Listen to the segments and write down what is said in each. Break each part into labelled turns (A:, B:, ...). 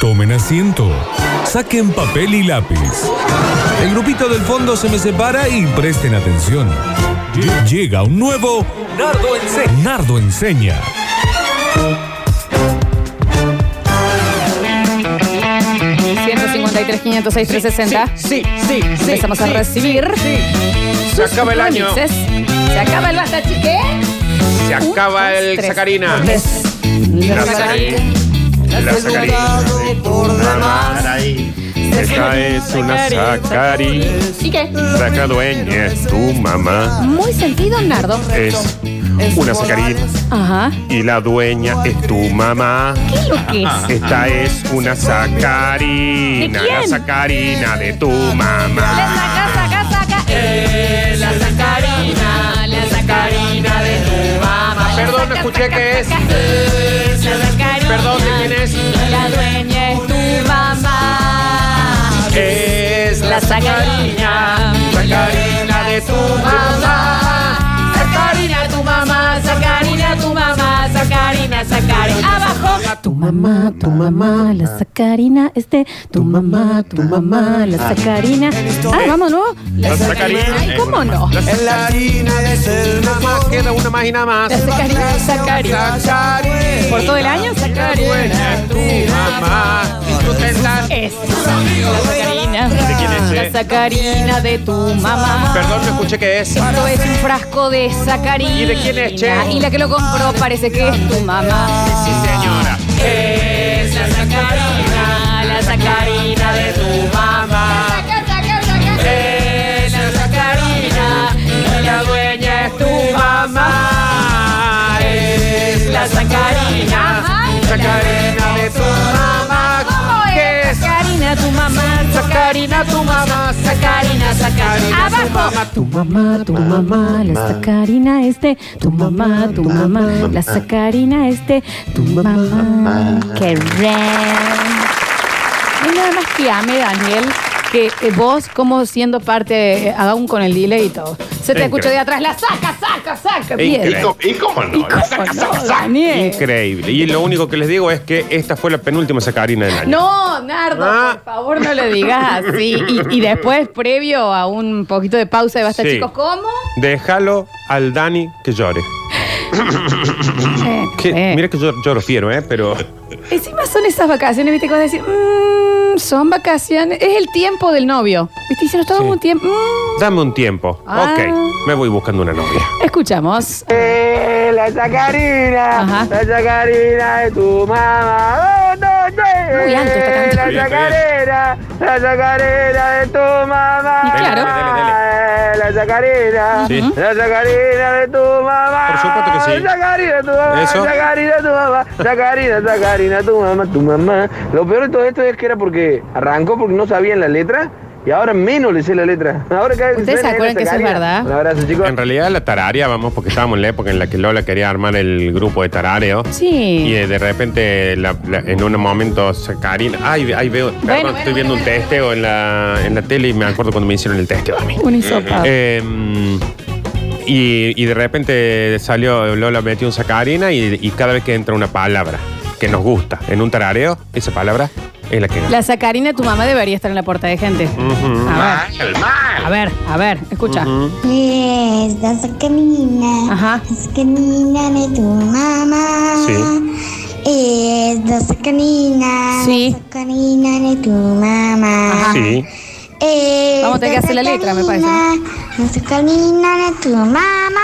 A: Tomen asiento. Saquen papel y lápiz. El grupito del fondo se me separa y presten atención. Llega un nuevo Nardo Enseña. Nardo Enseña.
B: Sí, sí, sí.
C: Empezamos a
B: sí,
C: recibir.
B: Sí.
D: Se acaba el año.
C: Remixes. Se acaba el basta, chique.
D: Se
C: Un,
D: acaba
C: dos,
D: el
C: tres.
D: Sacarina.
C: Tres.
D: La
C: Sacarina.
D: Sacarina. La Sacarina. Esta es una Sacarina.
C: Chique.
D: La dueña es tu mamá.
C: Muy sentido, Nardo.
D: Es una Sacarina.
C: Ajá.
D: Y la dueña es tu mamá.
C: ¿Qué es lo que es?
D: Esta es una Sacarina.
C: ¿De quién?
D: La Sacarina de tu mamá.
C: Saca, saca, saca. Eh, la sacarina, la sacarina de tu mamá.
D: Perdón, no escuché qué es.
C: La sacarina.
D: Perdón, ¿de quién es?
C: La dueña es tu mamá.
D: Es
C: La sacarina,
D: Sacarina de tu
C: mamá. Sacarina, tu mamá, sacarina, tu mamá, sacarina, sacarina. Abajo. Tu mamá, tu mamá, la sacarina, este. Tu mamá, tu mamá, la sacarina. Ah, vamos, ¿no?
D: La sacarina.
C: Ay, ¿cómo no?
D: La
B: Es la harina es el
D: Nada más, queda una más y nada más.
C: La sacarina, sacarina.
D: Sacarina.
C: Por todo el año, sacarina.
D: Dueña, tu mamá. Disfrútenla.
C: Es la sacarina.
D: ¿De quién es,
C: La
D: eh?
C: sacarina de tu mamá.
D: Perdón, no escuché qué es.
C: Esto es un frasco de sacarina.
D: ¿Y de quién es, che?
C: Y la que lo compró parece que es tu mamá.
D: Sí, señora.
C: Es la sacarina, la sacarina de tu mamá. Es la sacarina, y la dueña es tu mamá. Es la sacarina,
D: Sacarina de tu mamá. ¿Qué es?
C: Sacarina, tu mamá, sacarina, tu mamá, sacarina, sacarina. Abajo.
E: Tu mamá, tu mamá, la sacarina este. Tu mamá, tu mamá, la sacarina este. Tu mamá.
C: ¡Qué rey! Y nada más que ame, Daniel, que eh, vos, como siendo parte, eh, aún con el delay y todo, se te
D: Increíble.
C: escucha de atrás, la saca, saca, saca,
D: Increíble.
C: bien.
F: ¿Y, cómo- y cómo no?
C: ¿Y cómo no, Daniel?
D: Increíble. Y lo único que les digo es que esta fue la penúltima sacarina del año.
C: No, Nardo,
D: Ah.
C: por favor, no le digas así. Y, y después, previo a un poquito de pausa de basta,
D: Sí.
C: chicos, ¿cómo?
D: Déjalo al Dani que llore. Que-
C: Eh.
D: Mira que yo lloro fiero, ¿eh? Pero
C: Encima son esas vacaciones, ¿viste? Cuando decís, mmm, son vacaciones. Es el tiempo del novio. ¿Viste? Hicieron todo
D: Sí.
C: un tiempo. mm.
D: dame un tiempo.
C: Ah.
D: Ok, me voy buscando una novia.
C: Escuchamos.
G: La sacarina,
C: Ajá.
G: la sacarina de tu mamá. Oh, no, no,
C: Muy alto este está
G: la
C: cantando.
D: Bien, bien.
G: sacarina, la sacarina de tu mamá.
C: Y claro.
D: Dale, dale,
G: Eh, La sacarina,
D: Sí.
G: la sacarina de tu mamá.
D: Por supuesto que sí.
G: La sacarina de tu mamá,
D: Eso.
G: sacarina de tu mamá, sacarina, sacarina de tu mamá, tu mamá. Lo peor de todo esto es que era porque arrancó porque no sabían la letra y ahora menos le sé la letra. Ahora cada vez
C: ¿Ustedes se
G: suena es la
C: acuerdan que eso es
G: sacarina.
C: verdad?
G: Un abrazo, chicos.
D: En realidad la tararia, vamos, porque estábamos en la época en la que Lola quería armar el grupo de tarareo.
C: Sí.
D: Y eh, de repente, la- la- en un momento, sacarina. Ay, ay, veo. perdón,
C: bueno,
D: estoy
C: bueno,
D: viendo un
C: bueno.
D: testeo en la, en la tele y me acuerdo cuando me hicieron el testeo a mí.
C: Un hisopado.
D: Eh, y, y de repente salió Lola metió un sacarina y, y cada vez que entra una palabra que nos gusta en un tarareo, esa palabra es la que gana.
C: La sacarina de tu mamá debería estar en la puerta de gente.
D: Ujú.
C: A ver, a ver, a ver, escucha.
D: Ujú.
H: Yes, Pues, la sacarina.
C: Ajá.
H: La sacarina de tu mamá.
D: Sí.
H: Es la sacarina.
C: Sí.
H: La sacarina de tu mamá.
C: Ajá.
D: Sí.
H: Es
C: Vamos a tener que hacer la letra, me parece.
H: sacarina, La sacarina de tu mamá.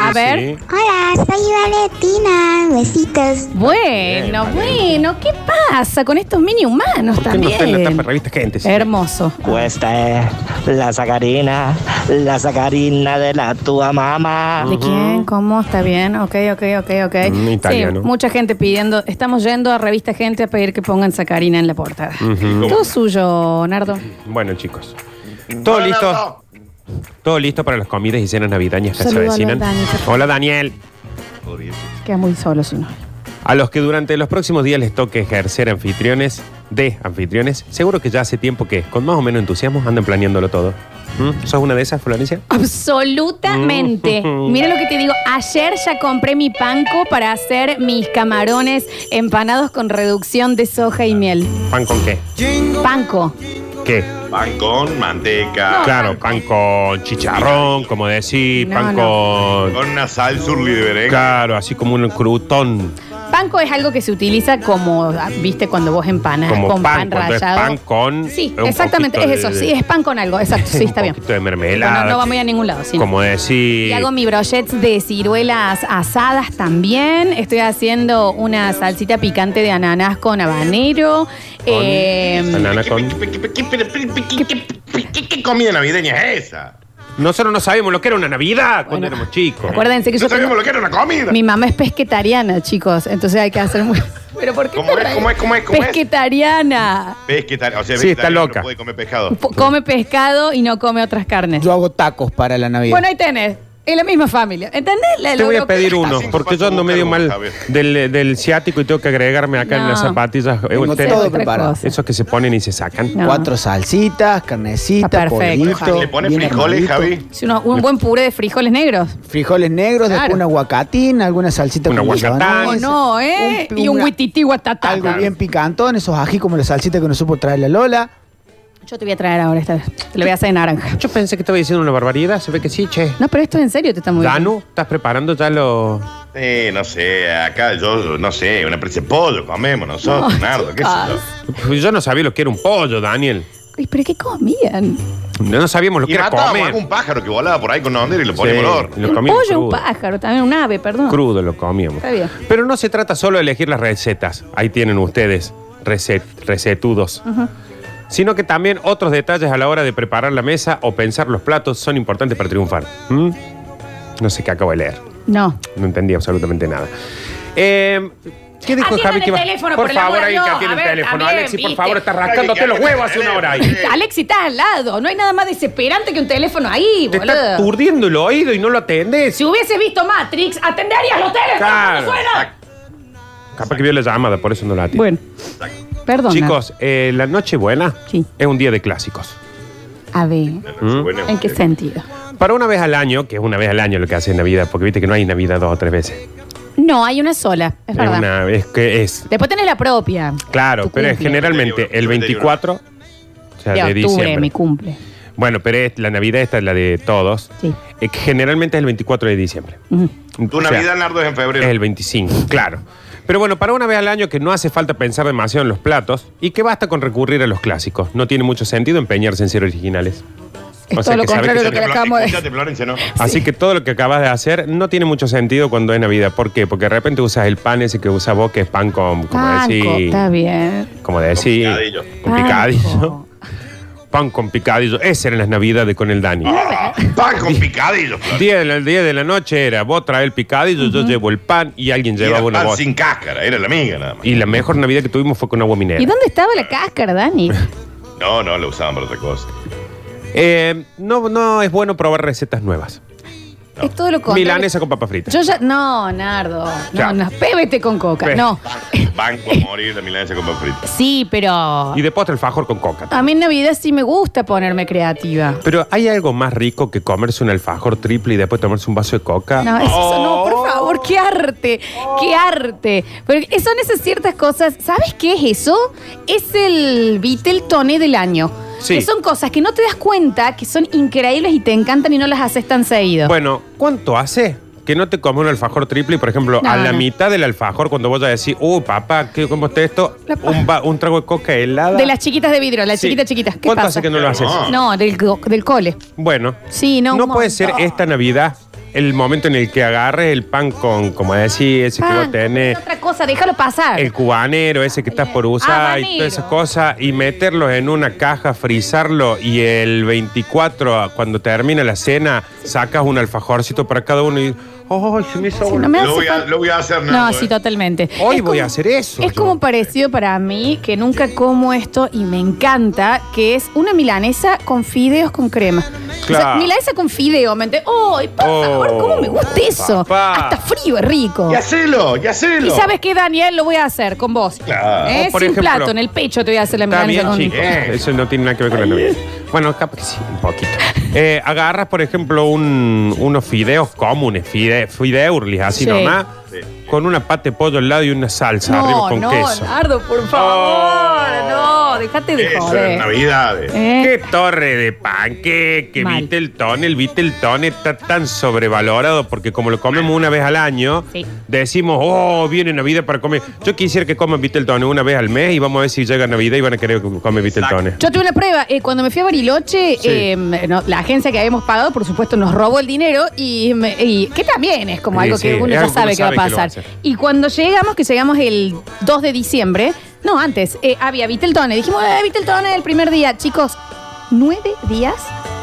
C: A ver.
D: Sí.
H: Hola, soy Valentina. Besitos.
C: Bueno,
D: Bien,
C: bueno, ¿qué pasa con estos mini humanos
D: ¿Por qué no está en la tapa de
C: también?
D: revista gente? sí?
C: Hermoso.
I: Cuesta es la sacarina, la sacarina de la tua mamá.
C: ¿De quién? ¿Cómo? ¿Está bien? Ok, ok, ok, ok.
D: Mm, italiano.
C: Sí, mucha gente pidiendo. Estamos yendo a revista Gente a pedir que pongan sacarina en la portada.
D: Ujú.
C: Todo suyo, Nardo.
D: Bueno, chicos. Todo listo. Todo listo para las comidas y cenas navideñas que se
C: Saludalo a
D: avecinan.
C: Dani, por favor.
D: Hola, Daniel.
C: Queda muy solo si no.
D: A los que durante los próximos días les toque ejercer anfitriones, de anfitriones, seguro que ya hace tiempo que, con más o menos entusiasmo, andan planeándolo todo.
B: ¿Mm? ¿Sos una de esas, Florencia?
C: Absolutamente.
B: Mm.
C: Mira lo que te digo. Ayer ya compré mi panco para hacer mis camarones empanados con reducción de soja y miel.
B: ¿Pan con qué?
C: Panco.
B: ¿Qué?
F: Pan con manteca.
C: No,
B: Claro, pan con chicharrón, como decís,
C: No,
B: pan con...
F: Con una salsa urli de berenjena.
B: Claro, así como un crutón,
C: Panco es algo que se utiliza como, ah, viste, cuando vos empanas
B: como
C: con pan,
B: pan, cuando es
C: rallado.
B: pan con...
C: Sí,
B: un
C: exactamente, es
B: poquito
C: eso.
B: de-
C: Sí, es pan con algo. Exacto, sí,
B: un
C: está bien.
B: poquito de mermelada.
C: No, no vamos a ir a ningún lado. sí, no.
B: Como decir...
C: Y hago mi brochets de ciruelas asadas también. Estoy haciendo una salsita picante de ananás con habanero. Eh,
B: Banana con...
F: ¿Qué qué comida navideña es esa?
B: Nosotros no sabíamos lo que era una Navidad cuando éramos chicos.
C: acuérdense que
F: No
C: yo
F: sabíamos
C: tengo-
F: lo que era una comida.
C: Mi mamá es pesquetariana, chicos. Entonces hay que hacer muy... ¿Pero por qué?
F: ¿Cómo
C: te
F: es?
C: reís?
F: ¿Cómo es? ¿Cómo es? ¿Cómo es?
C: pesquetariana.
F: ¿Ves que tal? O sea, ves
B: Sí,
F: que
B: está
F: tal- no
B: loca.
F: puede comer pescado.
C: Po- Come pescado y no come otras carnes.
D: Yo hago tacos para la Navidad.
C: Bueno, ahí tenés. Es la misma familia. ¿Entendés? La-
B: Te
C: lo-
B: voy
C: lo
B: a
C: que-
B: pedir uno,
F: Cinco
B: porque yo
F: pasos
B: ando medio
F: buscar vos,
B: mal
F: Javier.
B: del, del ciático y tengo que agregarme acá en
C: No.
B: las zapatillas. Eh,
D: Tengo
B: ustedes-
D: todo
C: Otra
D: preparado.
C: cosa.
B: Esos que se ponen y se sacan.
C: No.
D: Cuatro salsitas, carnecita,
C: Está perfecto,
D: pollito.
F: Ah, ¿Le pones
D: bien
F: frijoles,
D: armadito.
F: Javi?
C: Sí, uno- un buen puré de frijoles negros.
D: Frijoles negros,
C: Claro.
D: después un aguacatín, alguna salsita
B: Un
D: con
B: aguacatán.
C: O
D: mayonesa,
C: no, ¿eh?
D: un-
C: y un
D: una-
C: huitití guatatá.
D: Algo bien picantón, esos ají como la salsita que nos supo traer la Lola.
C: Yo te voy a traer ahora esta vez. Te lo voy a hacer de naranja.
B: Yo pensé que estaba diciendo una barbaridad, se ve que sí, che.
C: No, pero esto en serio te está muy bien.
B: Danu, ¿estás preparando ya los...?
F: Sí, Eh, no sé, acá yo, no sé, una presa de pollo comemos nosotros,
C: No,
F: Nardo, qué sé yo.
C: chicos.
B: pues Yo no sabía lo que era un pollo, Daniel.
C: Ay, pero ¿qué comían?
B: No, no sabíamos lo que
F: Y
B: era
F: matábamos
B: comer.
F: algún pájaro que volaba por ahí con una onda y lo poníamos al horno.
B: Sí, lo
C: un
B: comíamos
C: pollo, un
B: crudo.
C: pájaro, también un ave, perdón.
B: Crudo lo comíamos.
C: Está bien.
B: Pero no se trata solo de elegir las recetas. Ahí tienen ustedes, recet- recetudos. Sino que también otros detalles a la hora de preparar la mesa o pensar los platos son importantes para triunfar. ¿Mm? No sé qué acabo de leer.
C: No.
B: No entendí absolutamente nada. Eh, ¿Qué dijo
C: Atiendan
B: Javi?
C: el
B: que va-
C: teléfono,
B: por
C: por el
B: favor,
C: amor de
B: alguien que
C: Dios. A
B: atiende el
C: ver,
B: teléfono.
C: también,
B: Alexi, por
C: viste.
B: favor, estás rascándote los huevos hace una hora ahí.
C: Alexi, estás al lado. No hay nada más desesperante que un teléfono ahí,
B: Te está
C: boludo.
B: aturdiendo el oído y no lo atendes.
C: Si hubieses visto Matrix, atenderías los teléfonos.
B: Claro.
C: ¿no suena?
B: Capaz que vio la llamada, por eso no la atiende.
C: Bueno. Perdón.
B: Chicos, eh, la noche buena
C: Sí.
B: es un día de clásicos. ¿Mm?
C: A ver,
F: Bueno,
C: ¿en qué sentido?
B: Para una vez al año, que es una vez al año lo que hace en Navidad, porque viste que no hay Navidad dos o tres veces.
C: No, hay una sola, es
B: Es,
C: verdad.
B: una, es que es.
C: Después tenés la propia.
B: Claro,
C: Tu
B: pero es
C: cumple.
B: generalmente el 24 o sea,
C: de
B: de
C: octubre, mi
B: diciembre.
C: cumple.
B: Bueno, pero es- la Navidad esta es la de todos.
C: Sí.
B: Eh, que generalmente es el 24 de diciembre.
C: Ujú.
F: tu
B: O sea,
F: Navidad, Nardo, es en
B: es
F: febrero.
B: el 25, claro. Pero bueno, para una vez al año que no hace falta pensar demasiado en los platos y que basta con recurrir a los clásicos. No tiene mucho sentido empeñarse en ser originales.
C: Es
B: O sea
C: todo lo
B: que sabe
C: contrario
B: que
C: de lo
B: se
C: que le
F: Flo-
C: acabamos de
F: Escúchate, Florencia, ¿no?
B: Así que todo lo que acabas de hacer no tiene mucho sentido cuando es Navidad. ¿Por qué? Porque de repente usas el pan ese que usas vos, que es pan con, como
C: Panco,
B: decís,
C: está bien.
B: como decís,
F: Con picadillo.
B: con picadillo. Pan con picadillo. Ese eran las Navidades con el Dani.
F: Ah, pan con picadillo, Florencia.
B: Día de la, día de la noche era vos traes el picadillo, yo llevo el pan y alguien
F: Y era
B: llevaba una
F: pan
B: voz.
F: sin cáscara, era la amiga nada más.
B: Y la mejor Navidad que tuvimos fue con agua minera.
C: ¿Y dónde estaba la cáscara, Dani?
F: No, no, lo usaban para otra cosa.
B: Eh, no, no es bueno probar recetas nuevas.
C: Es todo lo contrario.
B: Milanesa con papas fritas.
C: Yo ya. No, Nardo. No,
B: Ya.
C: no. Pébete con coca.
B: Pe-
C: No.
F: Banco a morir la milanesa con pan frito.
C: Sí, pero.
B: Y de postre el fajor con coca.
C: A mí en Navidad sí me gusta ponerme creativa.
B: Pero ¿hay algo más rico que comerse un alfajor triple y después tomarse un vaso de coca?
C: No, eso no,
B: Oh.
C: por favor, qué arte, qué arte. Pero son esas ciertas cosas. ¿Sabes qué es eso? Es el Beatletone del año.
B: Sí.
C: Que son cosas que no te das cuenta, que son increíbles y te encantan y no las haces tan seguido.
B: Bueno, ¿cuánto hace que no te comes un alfajor triple y, por ejemplo,
C: No,
B: a la
C: no.
B: mitad del alfajor, cuando vos ya decís, uh, papá, ¿qué cómo está esto?
C: La pa-
B: Un, va- un trago de coca helada.
C: de las chiquitas de vidrio, las
B: Sí.
C: chiquitas chiquitas. ¿Qué
B: ¿Cuánto
C: pasa?
B: hace que no lo haces?
F: No.
C: No, del, co- del cole.
B: Bueno,
C: Sí, no.
B: no
C: un
B: puede ser
C: montón.
B: esta Navidad el momento en el que agarres el pan con, como decís, ese que vos
C: Pan,
B: tenés.
C: Otra cosa, déjalo pasar.
B: El cubanero ese que estás por usar y
C: eh, Habanero.
B: todas esas cosas y meterlos en una caja, frizarlo y el 24 cuando termina la cena sacas un alfajorcito para cada uno y ¡ay, se me hizo
C: Sí,
B: uno!
C: no me hace
F: Lo voy, a,
C: falta-
F: lo voy a hacer, Nardo.
C: No,
F: eh.
C: sí, totalmente.
B: Hoy voy a hacer eso,
C: Es
B: yo.
C: como parecido para mí, que nunca como esto y me encanta, que es una milanesa con fideos con crema. O sea,
B: Claro.
C: milanesa con fideo, ¿me entiendes? ¡Ay, por
B: Oh,
C: favor, cómo me gusta eso!
B: papá.
C: Hasta frío es rico.
F: Y hacelo, y
C: Y
F: hacelo.
C: sabes qué, Daniel, lo voy a hacer con vos.
F: Claro.
C: ¿Eh?
B: O, por
C: Sin
B: ejemplo,
C: plato, en el pecho te voy a hacer la
B: Está
C: milanesa
B: bien,
C: con
B: chicos.
F: Bien.
B: Eso no tiene nada que ver con la Navidad.
D: Bueno, capaz que sí, un poquito. Eh, agarras, por ejemplo, un- unos fideos comunes, fide, fideurlis, así
C: Sí.
D: nomás,
F: Sí.
D: con una pata de pollo al lado y una salsa arriba
C: No,
D: con
C: no,
D: queso.
C: Nardo, por favor.
B: Oh.
C: No, déjate de
F: Eso en
C: joder.
F: Navidades.
C: Eh,
D: ¡Qué torre de panque! Que
C: Mal.
D: Vitelton, el Vitelton está tan sobrevalorado porque como lo comemos una vez al año,
C: Sí.
D: decimos, oh, viene Navidad para comer. Yo quisiera que coman Vitelton una vez al mes y vamos a ver si llega Navidad y van a querer que comen Vitelton.
C: Yo tuve una prueba. eh, cuando me fui a Bariloche,
D: Sí.
C: eh, no, la agencia que habíamos pagado, por supuesto, nos robó el dinero y, me- y- que también es como
D: Sí,
C: algo
D: sí,
C: que uno
D: es
C: ya
D: algo que
C: sabe
D: uno
C: que va a
D: sabe que lo va a
C: pasar.
D: hacer.
C: y cuando llegamos, que llegamos el 2 de diciembre, no, antes, eh, había Viteltone. Dijimos, eh, Viteltone el primer día. Chicos, nueve días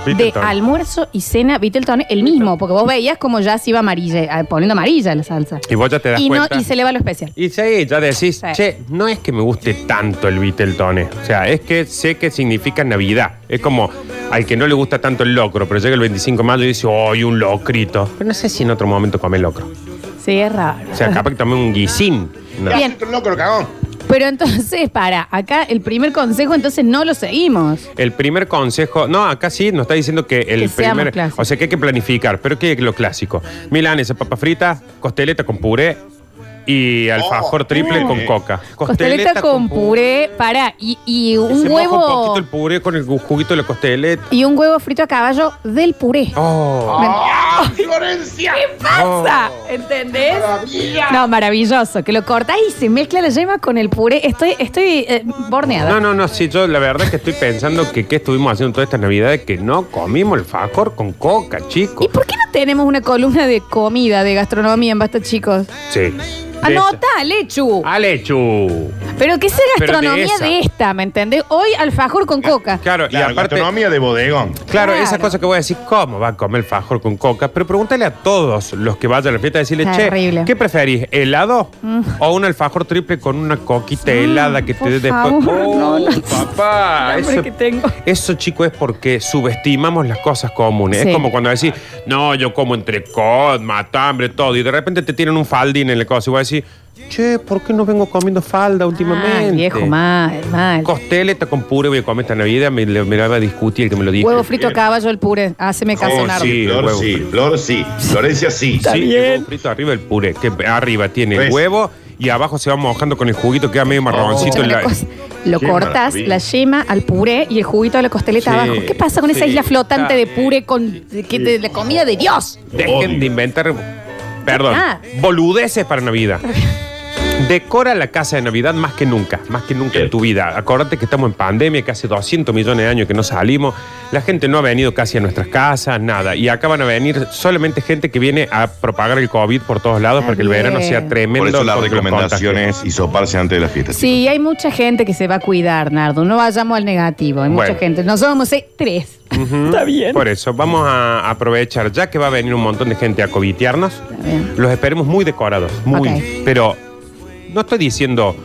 C: de
D: Viteltone.
C: almuerzo y cena Viteltone, el mismo, porque vos veías como ya se iba amarilla, eh, poniendo amarilla la salsa.
D: Y vos ya te das
C: Y, no,
D: cuenta.
C: y se le va lo especial.
D: Y sí, ya decís,
C: Sí.
D: che, no es que me guste tanto el Viteltone. O sea, es que sé que significa Navidad. Es como al que no le gusta tanto el locro, pero llega el 25 de mayo y dice, "Oh". ¡ay, un locrito! Pero no sé si en otro momento come locro.
C: Sí, es raro.
D: O sea, capaz que tomé un guisín. No.
C: Bien.
F: Esto es loco, lo cagón.
C: Pero entonces, para, acá el primer consejo, entonces no lo seguimos.
D: El primer consejo, no, acá sí nos está diciendo que el
C: Que seamos
D: primer,
C: clásicos.
D: o sea, que hay que planificar, pero que lo clásico. Milanesa, papa frita, costeleta con puré y alfajor triple
F: Oh.
D: con coca.
C: Costeleta, con puré, para, y, y
D: Que
C: un
D: se moja Un
C: huevo.
D: poquito el puré con el juguito de la costeleta.
C: Y un huevo frito a caballo del puré.
D: Oh.
C: Me-
F: ¡Ah, Florencia!
C: ¡Pasa! ¿Entendés? No, maravilloso. Que lo cortás y se mezcla la yema con el puré. Estoy, estoy eh, borneada.
D: No, no, no, sí, yo la verdad es que estoy pensando que qué estuvimos haciendo todas estas navidades que no comimos el facor con coca,
C: ¿Y
D: chicos.
C: por qué no tenemos una columna de comida, de gastronomía en Basta, chicos?
D: Sí.
C: Anota, Lechu.
D: Alechu.
C: Pero que sea
D: Ah, Pero de
C: gastronomía
D: esa.
C: de, esta, ¿me entendés? Hoy alfajor con coca.
D: Claro,
F: La
D: y aparte.
F: gastronomía de bodegón.
D: Claro,
C: Claro.
D: esas cosas que voy a decir, ¿cómo va a comer el fajor con coca? Pero pregúntale a todos los que vayan a la fiesta, decirle, che,
C: Terrible.
D: ¿qué preferís? ¿Helado o un alfajor triple con una coquita helada que te
C: Mm, por
D: dé después? Oh,
C: favor, no, no.
D: papá!
C: El hambre
D: Eso,
C: que tengo.
D: eso, chico, es porque subestimamos las cosas comunes.
C: Sí.
D: Es como cuando decís, no, yo como entrecot, matambre, todo, y de repente te tienen un faldín en la cosa y voy a decir, che, ¿por qué no vengo comiendo falda últimamente?
C: Ay, viejo, mal, mal.
D: Costeleta con puré voy a comer esta Navidad, me, me la va a discutir el que me lo dijo.
C: Huevo frito a caballo el puré. Haceme caso,
D: Oh,
C: Nardo.
D: sí, el
F: Flor
D: huevo
F: sí,
D: frito.
F: Flor sí. Florencia sí.
D: Sí, el huevo frito arriba el puré, que arriba tiene el
F: ¿Ves?
D: huevo y abajo se va mojando con el juguito, queda medio marroncito.
C: Escuchame
D: en
C: una
D: la-
C: cosa. Lo
F: Qué
C: cortás,
F: maravilla.
C: la yema al puré y el juguito de la costeleta
D: Sí,
C: abajo. ¿Qué pasa con esa
D: sí,
C: isla flotante de
D: sí,
C: puré con que de la comida de Dios?
D: Dejen
F: Odio.
D: de inventar, perdón,
C: Ah.
D: boludeces para Navidad. Decora la casa de Navidad más que nunca, más que nunca en
F: Bien.
D: tu vida. Acordate que estamos en pandemia, que hace 200 millones de años que no salimos. La gente no ha venido casi a nuestras casas, nada. Y acá van a venir solamente gente que viene a propagar el COVID por todos lados
C: Está
D: para que el
C: Ah, bien.
D: verano sea tremendo.
F: Por eso la
D: porque los
F: recomendación es hisoparse antes de la fiesta.
C: Sí, hay mucha gente que se va a cuidar, Nardo. No vayamos al negativo. Hay mucha
D: Bueno.
C: gente. Nosotros somos eh, tres. Está bien.
D: Por eso, vamos a aprovechar, ya que va a venir un montón de gente a covitearnos,
C: bien.
D: los esperemos muy decorados, muy.
C: Ok.
D: Pero no estoy diciendo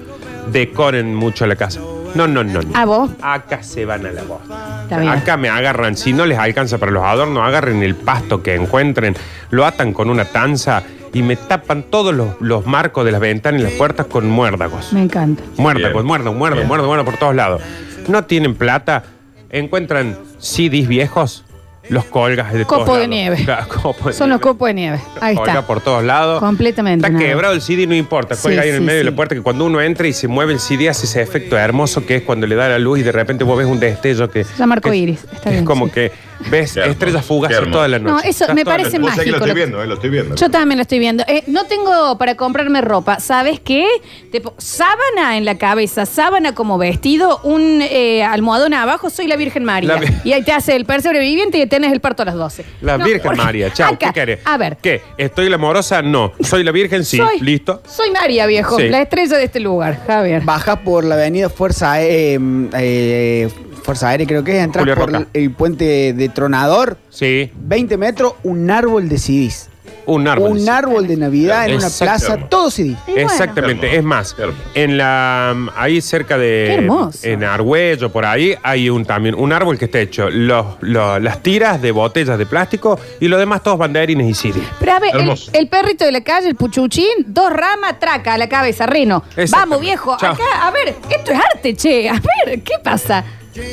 D: decoren mucho la casa. No, no, no. no.
C: ¿A vos?
D: Acá se van a la voz.
C: Ah. Está bien.
D: Acá me agarran, si no les alcanza para los adornos, agarren el pasto que encuentren, lo atan con una tanza y me tapan todos los, los marcos de las ventanas y las puertas con muérdagos.
C: Me encanta.
D: Muerta,
F: Bien.
D: pues muerda, muerda,
F: Bien.
D: muerda, muerda por todos lados. No tienen plata, encuentran CDs viejos, los colgas de
C: Copo
D: todos
C: de
D: lados.
C: nieve.
D: Claro, copo de
C: Son los
D: nieve.
C: copos de nieve. Ahí
D: Colga
C: está.
D: por todos lados.
C: Completamente,
D: Está
C: nada.
D: quebrado el CD, no importa.
C: Sí,
D: Colga ahí en el
C: sí,
D: medio de
C: sí.
D: la puerta que cuando uno entra y se mueve el CD hace ese efecto hermoso que es cuando le da la luz y de repente vos ves un destello que.
C: llama arcoíris,
D: iris.
C: está
D: Es
C: bien,
D: como
C: sí.
D: que ves
F: Qué hermoso,
D: estrellas
F: qué
D: fugaces
F: hermoso.
D: toda la
C: No,
D: noche.
C: eso
D: Estás
C: me
D: toda la
C: parece
D: noche.
F: Vos sabés que
C: mágico
F: lo estoy
C: lo que-
F: viendo, eh, lo estoy viendo.
C: Yo también lo estoy viendo. Eh, no tengo para comprarme ropa. ¿Sabes qué? Te po- sábana en la cabeza, sábana como vestido, un eh, almohadón abajo, soy la Virgen María.
D: La vi-
C: y ahí te hace el per sobreviviente y tenés el parto a las 12.
D: La
C: No,
D: Virgen
C: porque-
D: María, chao,
C: acá,
D: ¿qué querés?
C: A ver.
D: ¿Qué? ¿Estoy la morosa? No. ¿Soy la Virgen? Sí.
C: soy,
D: ¿Listo?
C: Soy María, viejo,
D: Sí.
C: la estrella de este lugar, Javier.
B: Bajas por la avenida Fuerza Aé- eh, eh, Fuerza Aérea, creo que es, entras
D: Julio
B: por
D: Roca.
B: el puente de Tronador,
D: Sí.
B: 20 metros, un árbol de CDs.
D: Un árbol.
B: un
D: sí.
B: árbol de Navidad en una
D: Exacto.
B: plaza, todo CD.
C: Y bueno.
D: Exactamente,
F: Hermoso.
D: es más,
F: Hermoso.
D: en la mm, ahí cerca
C: Qué
D: de
C: hermoso.
D: en Argüello por ahí hay un también un árbol que está hecho los, los- las tiras de botellas de plástico y lo demás todos banderines y CD.
C: Pero a ver, el,
F: Hermoso.
C: el perrito de la calle, el puchuchín, dos ramas, traca a la cabeza, reno.
D: Exactamente.
C: Vamos, viejo,
D: Chao.
C: acá, a ver, esto es arte, che. A ver, ¿qué pasa?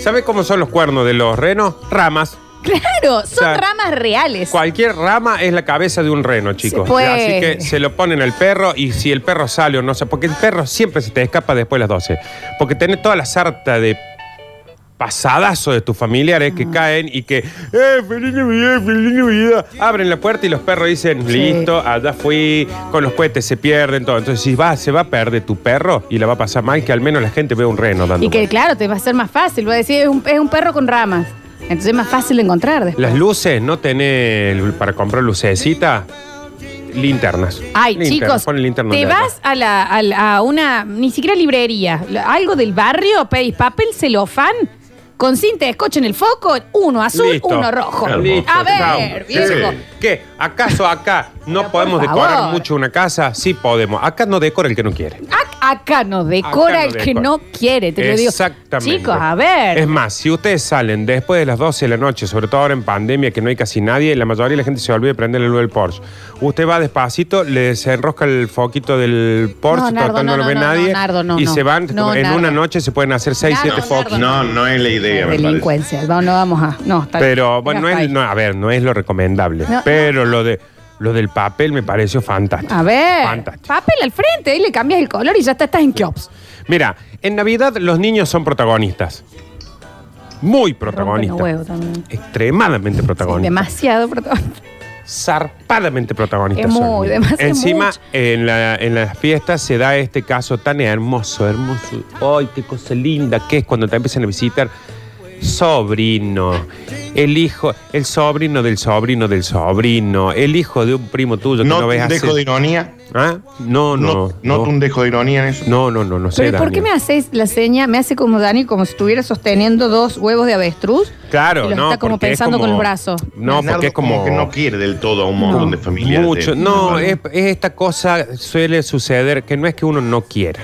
D: ¿Sabes cómo son los cuernos de los renos? Ramas.
C: Claro, son
D: sea,
C: ramas reales.
D: Cualquier rama es la cabeza de un reno, chicos.
C: Se puede.
D: Así que se lo ponen al perro y si el perro sale o no sé, porque el perro siempre se te escapa después de las 12. Porque tenés toda la sarta de pasadazo de tus familiares
C: Ah.
D: que caen y que, ¡eh, feliz Navidad, feliz Navidad! Abren la puerta y los perros dicen, listo, allá fui, con los cohetes se pierden, todo. Entonces, si va, se va a perder tu perro y la va a pasar mal, que al menos la gente vea un reno dando
C: Y que
D: vueltas.
C: claro, te va a ser más fácil. Va a decir, es un, es un perro con ramas. Entonces es más fácil de encontrar después.
D: Las luces, no tenés para comprar lucecita, linternas.
C: Ay,
D: Linternas,
C: chicos,
D: pon linterna
C: te
D: en la-
C: vas a, la, a la- a una, ni siquiera librería, la- algo del barrio, pedís papel, celofán, con cinta de escoche en el foco, uno azul,
D: Listo.
C: uno rojo.
F: Listo,
C: a
D: chao.
C: ver,
F: Sí.
C: viejo.
D: ¿Qué? ¿Acaso acá no
C: Pero
D: podemos
C: por
D: decorar
C: favor.
D: mucho una casa? Sí podemos. Acá no decora el que no quiere.
C: Ac- Acá nos decora
D: Acá no
C: el que
D: decora.
C: no quiere, te lo digo.
D: Exactamente.
C: Chicos, a ver.
D: Es más, si ustedes salen después de las 12 de la noche, sobre todo ahora en pandemia, que no hay casi nadie, la mayoría de la gente se olvida de prender la luz del Porsche. Usted va despacito, le se enrosca el foquito del Porsche,
C: No, Nardo,
D: total
C: no,
D: no, lo
C: no,
D: ve
C: no,
D: nadie.
C: no, Nardo, no,
D: y
C: no.
D: se van,
C: No,
D: en
C: Nardo.
D: una noche se pueden hacer 6,
C: Nardo,
D: 7 foquitos.
F: No, no es la idea, me parece.
C: delincuencia. No, no vamos a. No, está bien.
D: Pero bueno, no
C: Mira,
D: es,
C: ahí.
D: no, a ver, no es lo recomendable.
C: No,
D: pero lo de lo del papel me pareció fantástico.
C: A ver,
D: Fantástico.
C: papel al frente, ahí le cambias el color y ya está, estás en Kiops.
D: Mira, en Navidad los niños son protagonistas. Muy protagonistas.
C: Rompen los huevos también.
D: Extremadamente protagonistas.
C: Demasiado protagonista.
D: Zarpadamente protagonistas.
C: Es
D: son
C: muy,
D: los niños.
C: demasiado
D: Encima,
C: mucho.
D: en, la, en las fiestas se da este caso tan hermoso, hermoso. ¡Ay, qué cosa linda que es cuando te empiezan a visitar! Sobrino, el hijo, el sobrino del sobrino del sobrino, el hijo de un primo tuyo que no,
F: No, te
D: ves
F: un
D: hace.
F: dejo de ironía.
D: ¿Ah? No,
F: No,
D: no.
F: no, te un dejo de ironía en eso.
D: No, no, no, no sé.
C: Pero ¿y ¿por qué me
D: Daniel.
C: hacéis la seña? Me hace como Dani, como si estuviera sosteniendo dos huevos de avestruz.
D: Claro,
C: y los
D: no.
C: está como
D: porque es
C: pensando con
D: como-
C: el brazo.
D: No,
F: Nardo
D: porque es como.
F: que no quiere del todo a un montón de familias.
D: Mucho.
F: de-
D: No, es, es esta cosa suele suceder que no es que uno no quiera.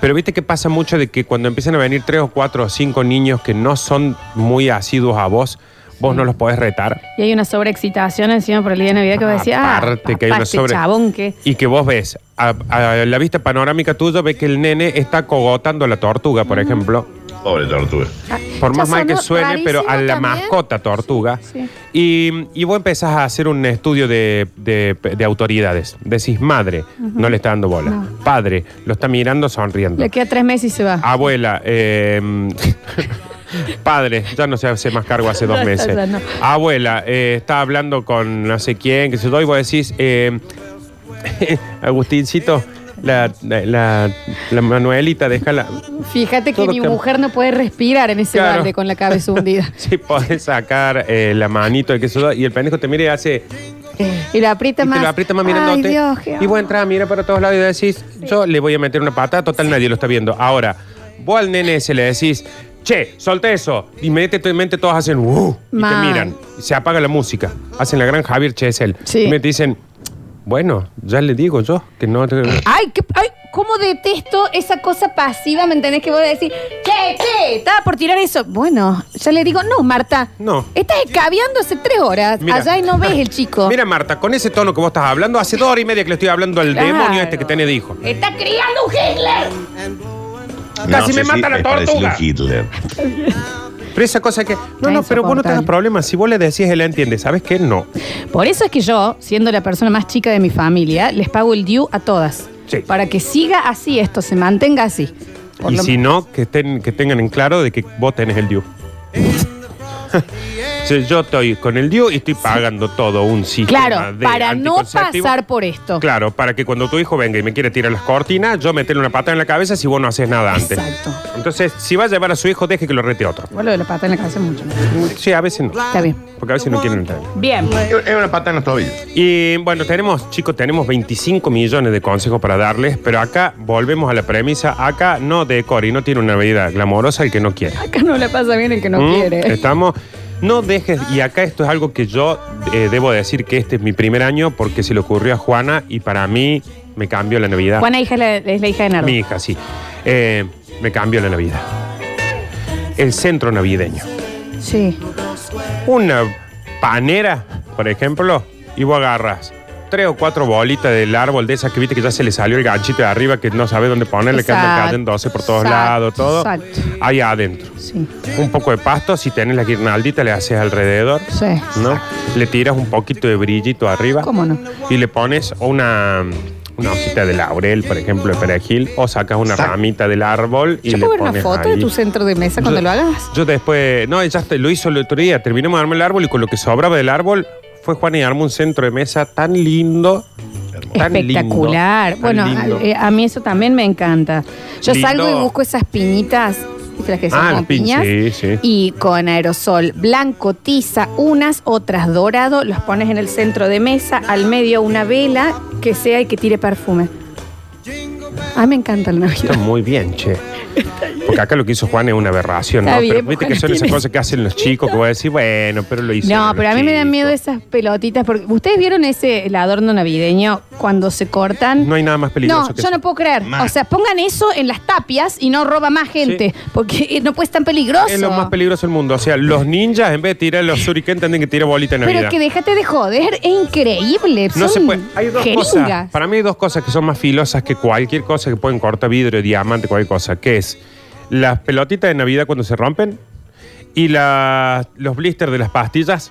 D: Pero viste que pasa mucho de que cuando empiezan a venir tres o cuatro o cinco niños que no son muy asiduos a vos, vos no los podés retar.
C: Y hay una sobreexcitación encima por el día de Navidad que vos decís, ah,
D: Aparte que hay
C: papá,
D: una
C: este
D: sobre-
C: chabón que...
D: Y que vos ves, a, a la vista panorámica tuya, ves que el nene está cogotando a la tortuga, por ejemplo.
F: Pobre tortuga.
D: Por
C: Ya
D: más mal que
C: sonó
D: suene, pero a
C: rarísimo
D: la
C: también.
D: mascota tortuga.
C: Sí.
D: Y, y vos empezás a hacer un estudio de, de- de autoridades. Decís, madre, no le está dando bola. Padre, lo está mirando sonriendo.
C: Le queda tres meses y se va.
D: Ah. Abuela, eh, padre, ya no se hace más cargo hace dos
C: No,
D: meses.
C: ya no.
D: Abuela, eh, está hablando con no sé quién, que se doy, vos decís, eh, Agustincito, la, la, la- la Manuelita, déjala.
C: Fíjate que
D: Todo
C: mi
D: cam-
C: mujer no puede respirar en ese
D: Claro.
C: balde con la cabeza hundida.
D: Si podés sacar eh, la manito del que se doy, y el pendejo te mira y hace.
C: Y lo aprieta
D: y
C: más.
D: te lo aprieta más
C: Ay,
D: mirándote.
C: Dios, qué
D: y vos
C: amor.
D: entras, mira para todos lados y decís, yo le voy a meter una patada, total nadie lo está viendo. Ahora, vos al nene se le decís, che, solta eso. Inmediatamente todos hacen, uh, y
C: Mal.
D: te miran. Y se apaga la música. Hacen la gran Javier Chesel.
C: Sí.
D: Y me dicen, bueno, ya le digo yo que no. te-
C: Ay, qué- ay, cómo detesto esa cosa pasiva, ¿me entendés? Que vos decís, che, che, estaba por tirar eso. Bueno, ya le digo, no, Marta.
D: No.
C: Estás escabeando hace tres horas.
D: Mira.
C: allá y no ves el chico.
D: Mira, Marta, con ese tono que vos estás hablando, hace dos horas y media que le estoy hablando al
C: Claro.
D: demonio este que tenés de hijo.
C: Está criando un Hitler.
D: Casi me mata
F: matan
D: la tortuga.
F: Hitler.
D: Pero esa cosa que. No, no, pero vos no tenés
C: Insoportable.
D: problemas. Si vos le decís, él la entiende. ¿Sabes qué? No.
C: Por eso es que yo, siendo la persona más chica de mi familia, les pago el due a todas.
D: Sí.
C: Para que siga así esto, se mantenga así. Por
D: y
C: lo-
D: si no, que, estén, que tengan en claro de que vos tenés el due. Sí, yo estoy con el due y estoy pagando todo un sistema
C: Claro,
D: de
C: para no
D: anticonceptivo.
C: pasar por esto.
D: Claro, para que cuando tu hijo venga y me quiere tirar las cortinas, yo meterle una patada en la cabeza si vos no haces nada antes.
C: Exacto.
D: Entonces, si va a llevar a su hijo, deje que lo rete otro.
C: Vos lo de la pata en la cabeza mucho. ¿no?
D: Sí, a veces no.
C: Está bien.
D: Porque a veces no quieren entrar.
C: Bien.
F: Es una pata en los tobillos.
D: Y bueno, tenemos, chicos, tenemos 25 millones de consejos para darles, pero acá volvemos a la premisa. Acá no decora y no tiene una vida glamorosa el que no quiera.
C: Acá no le pasa bien el que no
D: ¿Mm?
C: quiere.
D: Estamos. No dejes, y acá esto es algo que yo eh, debo decir que este es mi primer año porque se le ocurrió a Juana y para mí me cambió la Navidad.
C: Juana hija es la, es la hija de Nardo.
D: Mi hija, sí. Eh, me cambió la Navidad. El centro navideño.
C: Sí.
D: Una panera, por ejemplo, y vos agarras tres o cuatro bolitas del árbol de esas que viste que ya se le salió el ganchito de arriba que no sabe dónde ponerle, que andan
C: Exacto,
D: cayendo 12 por todos
C: exacto,
D: lados, todo.
C: exacto.
D: Ahí adentro.
C: Sí,
D: Un poco de pasto, si tenés la guirnaldita, le haces alrededor.
C: sí.
D: ¿no? Le tiras un poquito de brillito arriba.
C: ¿Cómo no?
D: Y le pones una, una hojita de laurel, por ejemplo, de perejil, o sacas una ramita del árbol y
C: ¿Yo
D: le
C: puedo ver
D: pones
C: una foto
D: ahí.
C: de tu centro de mesa cuando
D: Yo-
C: lo hagas?
D: Yo después, no, ya te- lo hizo el otro día, terminamos de armar el árbol y con lo que sobraba del árbol fue Juan y armó un centro de mesa tan lindo. tan lindo,
C: Espectacular.
D: tan
C: bueno,
D: lindo.
C: a, eh, a mí eso también me encanta. Yo
D: Lindo.
C: salgo y busco esas piñitas, ¿viste las que son
D: Ah,
C: como
D: las pin-
C: piñas?
D: sí, sí.
C: Y con aerosol blanco, tiza, unas, otras dorado, los pones en el centro de mesa, al medio una vela que sea y que tire perfume. A mí me encanta la
D: Está
C: Navidad.
D: muy bien, che. Porque acá lo que hizo Juan es una aberración, ¿no?
C: Está bien,
D: pero viste que
C: Juan,
D: son esas
C: tiene-
D: cosas que hacen los chicos que voy a decir, bueno, pero lo hizo.
C: No, pero a mí me dan miedo esas pelotitas porque ustedes vieron ese el adorno navideño cuando se cortan.
D: No hay nada más peligroso
C: No,
D: que
C: yo
D: eso.
C: no puedo creer. O
F: Más.
C: sea, pongan eso en las tapias y no roba más gente. Porque eh, no puede ser tan peligroso.
D: Es lo más peligroso del mundo. O sea, los ninjas, en vez de tirar los shuriken, tienen que tirar bolita en Navidad.
C: Pero que déjate de joder, es increíble.
D: No
C: son
D: se puede. Hay dos cosas.
C: jeringas.
D: Para mí hay dos cosas que son más filosas que cualquier cosa que pueden cortar vidrio, diamante, cualquier cosa. Que es las pelotitas de Navidad cuando se rompen y la- los blisters de las pastillas.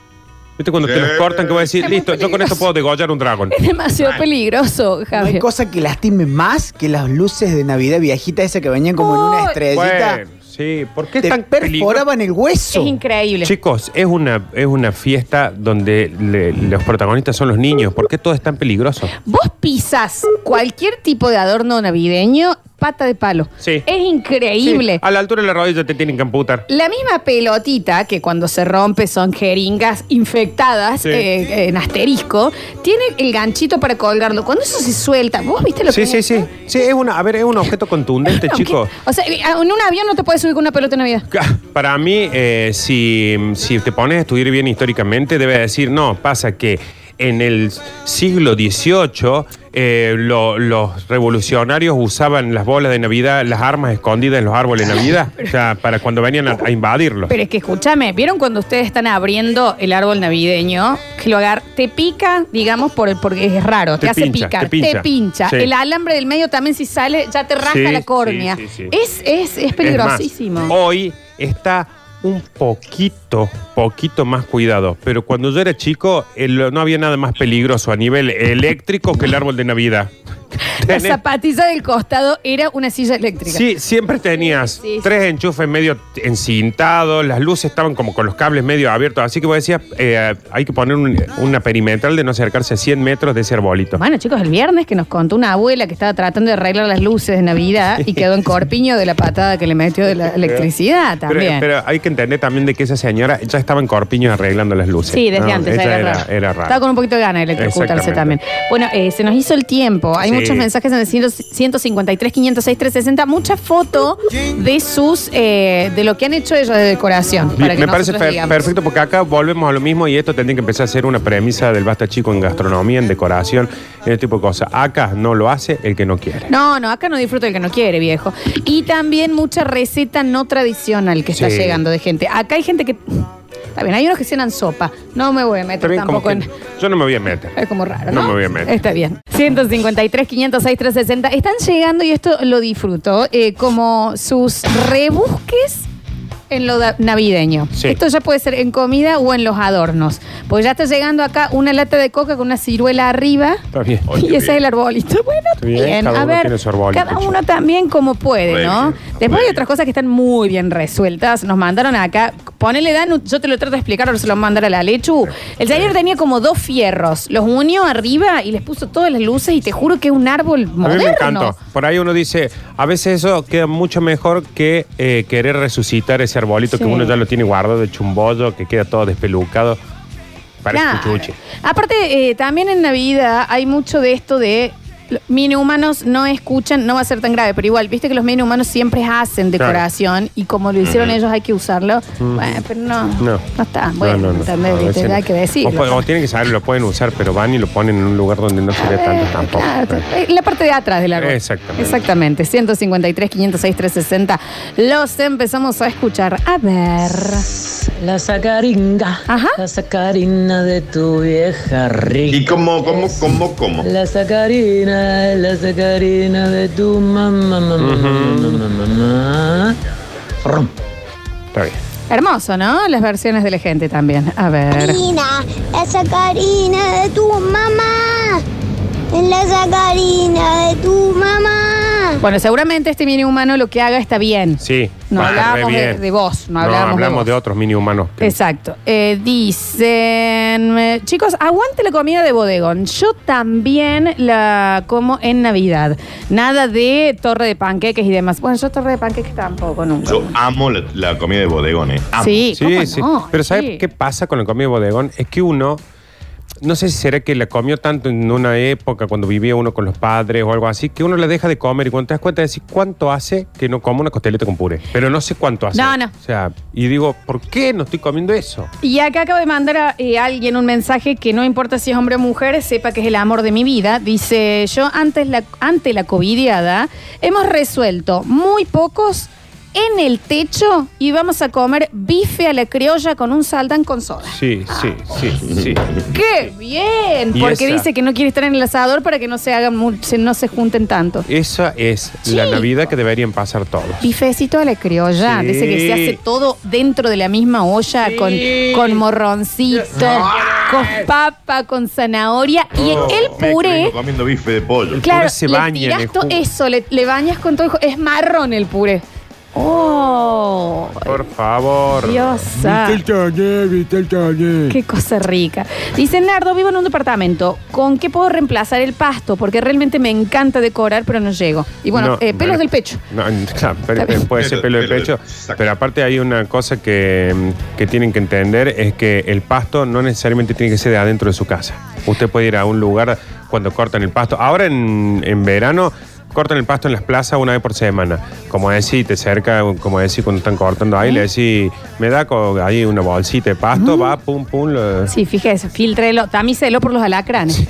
D: ¿Viste? Cuando te
F: Sí.
D: los cortan, que voy a decir,
C: Es muy
D: listo, yo con esto
C: peligroso.
D: puedo degollar un dragón.
C: Es demasiado peligroso,
B: No
C: Javier.
B: hay cosa que lastime más que las luces de Navidad viejita esa que venían como en una
C: Oh,
B: estrellita.
D: Bueno, sí. ¿Por qué es
B: te
D: tan peligroso?
B: perforaban el hueso.
C: es increíble.
D: Chicos, es una, es una fiesta donde le- los protagonistas son los niños. ¿Por qué todo es tan peligroso?
C: Vos pisas cualquier tipo de adorno navideño, pata de palo.
D: Sí.
C: Es increíble.
D: Sí, a la altura de la rodilla te tienen que amputar.
C: La misma pelotita que cuando se rompe son jeringas infectadas
D: Sí.
C: eh, en asterisco, tiene el ganchito para colgarlo. Cuando eso se suelta, ¿vos viste lo
D: Sí,
C: que
D: sí,
C: es?
D: sí. Sí, es una, a ver, es un objeto contundente,
C: No,
D: chico.
C: ¿qué? O sea, eh, ah, en un avión no te puedes subir con una pelota de Navidad.
D: Ca- Ah, Para mí, eh, si, si te pones a estudiar bien históricamente, debes decir, no, pasa que en el siglo XVIII eh, lo- los revolucionarios usaban las bolas de Navidad, las armas escondidas en los árboles de Navidad, o sea, para cuando venían a, a invadirlos.
C: Pero es que escúchame, ¿vieron cuando ustedes están abriendo el árbol navideño? Que lo agar te pica, digamos, por el, porque es raro, te,
D: Te
C: hace
D: pincha,
C: picar,
D: te pincha. Sí.
C: El alambre del medio también si sale, ya te rasca
D: Sí,
C: la córnea.
D: sí, sí, sí.
C: Es, es, es
D: Es más, Oh,
C: peligrosísimo.
D: hoy está un poquito, poquito más cuidado. Pero cuando yo era chico, el- no había nada más peligroso a nivel eléctrico que el árbol de Navidad.
C: La
D: Tenés-
C: zapatilla del costado era una silla eléctrica.
D: Sí, siempre tenías
C: Sí, sí.
D: tres enchufes medio encintados, las luces estaban como con los cables medio abiertos, así que vos decías, eh, hay que poner un- una perimetral de no acercarse a 100 metros de ese arbolito.
C: Bueno, chicos, el viernes que nos contó una abuela que estaba tratando de arreglar las luces de Navidad y quedó en corpiño de la patada que le metió de la electricidad
D: Pero,
C: también.
D: pero hay que entender también de que esa señora ya estaba en Corpiño arreglando las luces.
C: Sí, desde
D: ¿no?
C: antes.
D: Ella
C: Era,
D: era,
C: raro.
D: era raro.
C: Estaba con un poquito de ganas de electrocutarse también.
D: Exactamente.
C: Bueno, eh, se nos hizo el tiempo. Hay
D: Sí.
C: muchos mensajes en el 100 153, 506, 360. Mucha foto de sus, eh, de lo que han hecho ellos de decoración.
D: Bien,
C: para que
D: me parece
C: nosotros
D: per-
C: digamos.
D: perfecto porque acá volvemos a lo mismo y esto tendría que empezar a ser una premisa del basta chico en gastronomía, en decoración, en este tipo de cosas. Acá no lo hace el que no quiere.
C: No, no, acá no disfruta el que no quiere, viejo. Y también mucha receta no tradicional que está
D: Sí.
C: llegando de gente. Acá hay gente que. Está bien, hay unos que cenan sopa. No me voy a meter
D: Está bien, como
C: tampoco en.
D: que yo no me voy a meter.
C: Es como raro, ¿no?
D: No me voy a meter.
C: Está bien. 153, 506, 360. Están llegando, y esto lo disfruto, eh, como sus rebusques en lo da- navideño.
D: Sí.
C: Esto ya puede ser en comida o en los adornos. Pues ya está llegando acá una lata de coca con una ciruela arriba.
D: Está bien.
F: Oye,
C: Y ese
F: bien.
C: es el arbolito. Bueno,
D: Está bien,
C: bien.
D: cada
C: A
D: uno
C: ver,
D: tiene su arbolito,
C: cada
D: che.
C: uno también como puede,
F: Muy
C: ¿no?
F: bien, muy
C: Después hay
F: bien.
C: otras cosas que están muy bien resueltas. Nos mandaron acá. Ponele, Dan, yo te lo trato de explicar, ahora se lo mandaré a la Lechu. El taller tenía como dos fierros. Los unió arriba y les puso todas las luces y te juro que es un árbol
D: A
C: moderno.
D: mí me encantó. Por ahí uno dice, a veces eso queda mucho mejor que eh, querer resucitar ese arbolito
C: Sí.
D: que uno ya lo tiene guardado de chumbollo, que queda todo despelucado. Parece
C: Claro.
D: cuchuche.
C: Aparte, eh, también en Navidad hay mucho de esto de Los mini humanos no escuchan, no va a ser tan grave, pero igual, viste que los mini humanos siempre hacen
D: Claro.
C: decoración y como lo hicieron ellos hay que usarlo. Bueno, pero no.
D: No.
C: No, está. Bueno,
D: no, no, no.
C: también,
D: No,
C: viste,
D: ese no.
C: hay que decir.
D: Vos, po- vos tienen que saber, lo pueden usar, pero van y lo ponen en un lugar donde no se ve
C: Eh,
D: tanto tampoco.
C: La parte de atrás del árbol.
D: eh. Exactamente.
C: Exactamente. 153, 506, 360. Los empezamos a escuchar. A ver.
J: La sacaringa.
C: Ajá.
J: La sacarina de tu vieja
F: ¿Y
J: rica.
F: cómo, cómo, cómo, cómo?
J: La sacarina, la sacarina de tu mamá, mamá, mamá, mamá. Rum.
D: Está bien.
C: Hermoso, ¿no? Las versiones de la gente también. A ver.
H: Karina, la sacarina de tu mamá. La sacarina de tu mamá.
C: Bueno, seguramente este mini humano lo que haga está bien.
D: Sí.
C: No
D: va re
C: hablábamos de,
D: bien.
C: de vos, no
D: No,
C: hablábamos,
D: hablamos,
C: vos.
D: de, otros mini humanos. que-
C: Exacto. Eh, dicen, eh, chicos, aguante la comida de bodegón. Yo también la como en Navidad. Nada de torre de panqueques y demás. Bueno, yo torre de panqueques tampoco, nunca.
F: Yo amo la, la comida de bodegón, ¿eh? Amo.
C: sí,
D: Sí,
C: ¿cómo
D: sí.
C: no?
D: Pero ¿sabes
C: Sí.
D: qué pasa con la comida de bodegón? Es que uno, no sé si será que la comió tanto en una época, cuando vivía uno con los padres o algo así, que uno la deja de comer y cuando te das cuenta decís, ¿cuánto hace que no como una costeleta con puré? Pero no sé cuánto hace.
C: No, no.
D: O sea, y digo, ¿por qué no estoy comiendo eso?
C: Y acá acabo de mandar a eh, alguien un mensaje que no importa si es hombre o mujer, sepa que es el amor de mi vida. Dice, yo antes la, ante la covidiada hemos resuelto muy pocos en el techo y vamos a comer bife a la criolla con un saldán con soda.
D: Sí, sí, sí, sí.
C: ¡Qué bien!
D: Y
C: Porque
D: esa.
C: dice que no quiere estar en el asador para que no se hagan mu- se- no se junten tanto.
D: Esa es la
C: Chico.
D: Navidad que deberían pasar todos.
C: Bifecito a la criolla.
D: Sí.
C: Dice que se hace todo dentro de la misma olla,
D: Sí.
C: con, con morroncito, con papa, con zanahoria. Y
D: Oh,
C: el
F: Me
C: puré,
F: vengo comiendo bife de pollo.
C: claro,
D: puré se
C: le
D: baña en el
C: tirás todo
D: jugo.
C: eso, le, le bañas con todo. el ju- Es marrón el puré. ¡Oh!
D: Por favor.
C: Diosa. Qué cosa rica. Dice Nardo, vivo en un departamento. ¿Con qué puedo reemplazar el pasto? Porque realmente me encanta decorar, pero no llego. Y bueno,
D: No,
C: eh, pelos
D: pero-
C: del pecho.
D: No, claro, pero- eh,
C: Está bien.
D: puede ser pelo
F: Pelo-
D: de
F: pelo
D: pecho.
F: del- exacto.
D: Pero aparte hay una cosa que, mm, que tienen que entender, es que el pasto no necesariamente tiene que ser de adentro de su casa. Usted puede ir a un lugar cuando cortan el pasto. Ahora en, en verano cortan el pasto en las plazas una vez por semana. Como decís, te cerca, como decís cuando están cortando ahí,
C: Mm.
D: le decís, me da co- ahí una bolsita de pasto, va, pum, pum. lo-
C: Sí, fíjese, filtrelo, tamícelo por los alacranes.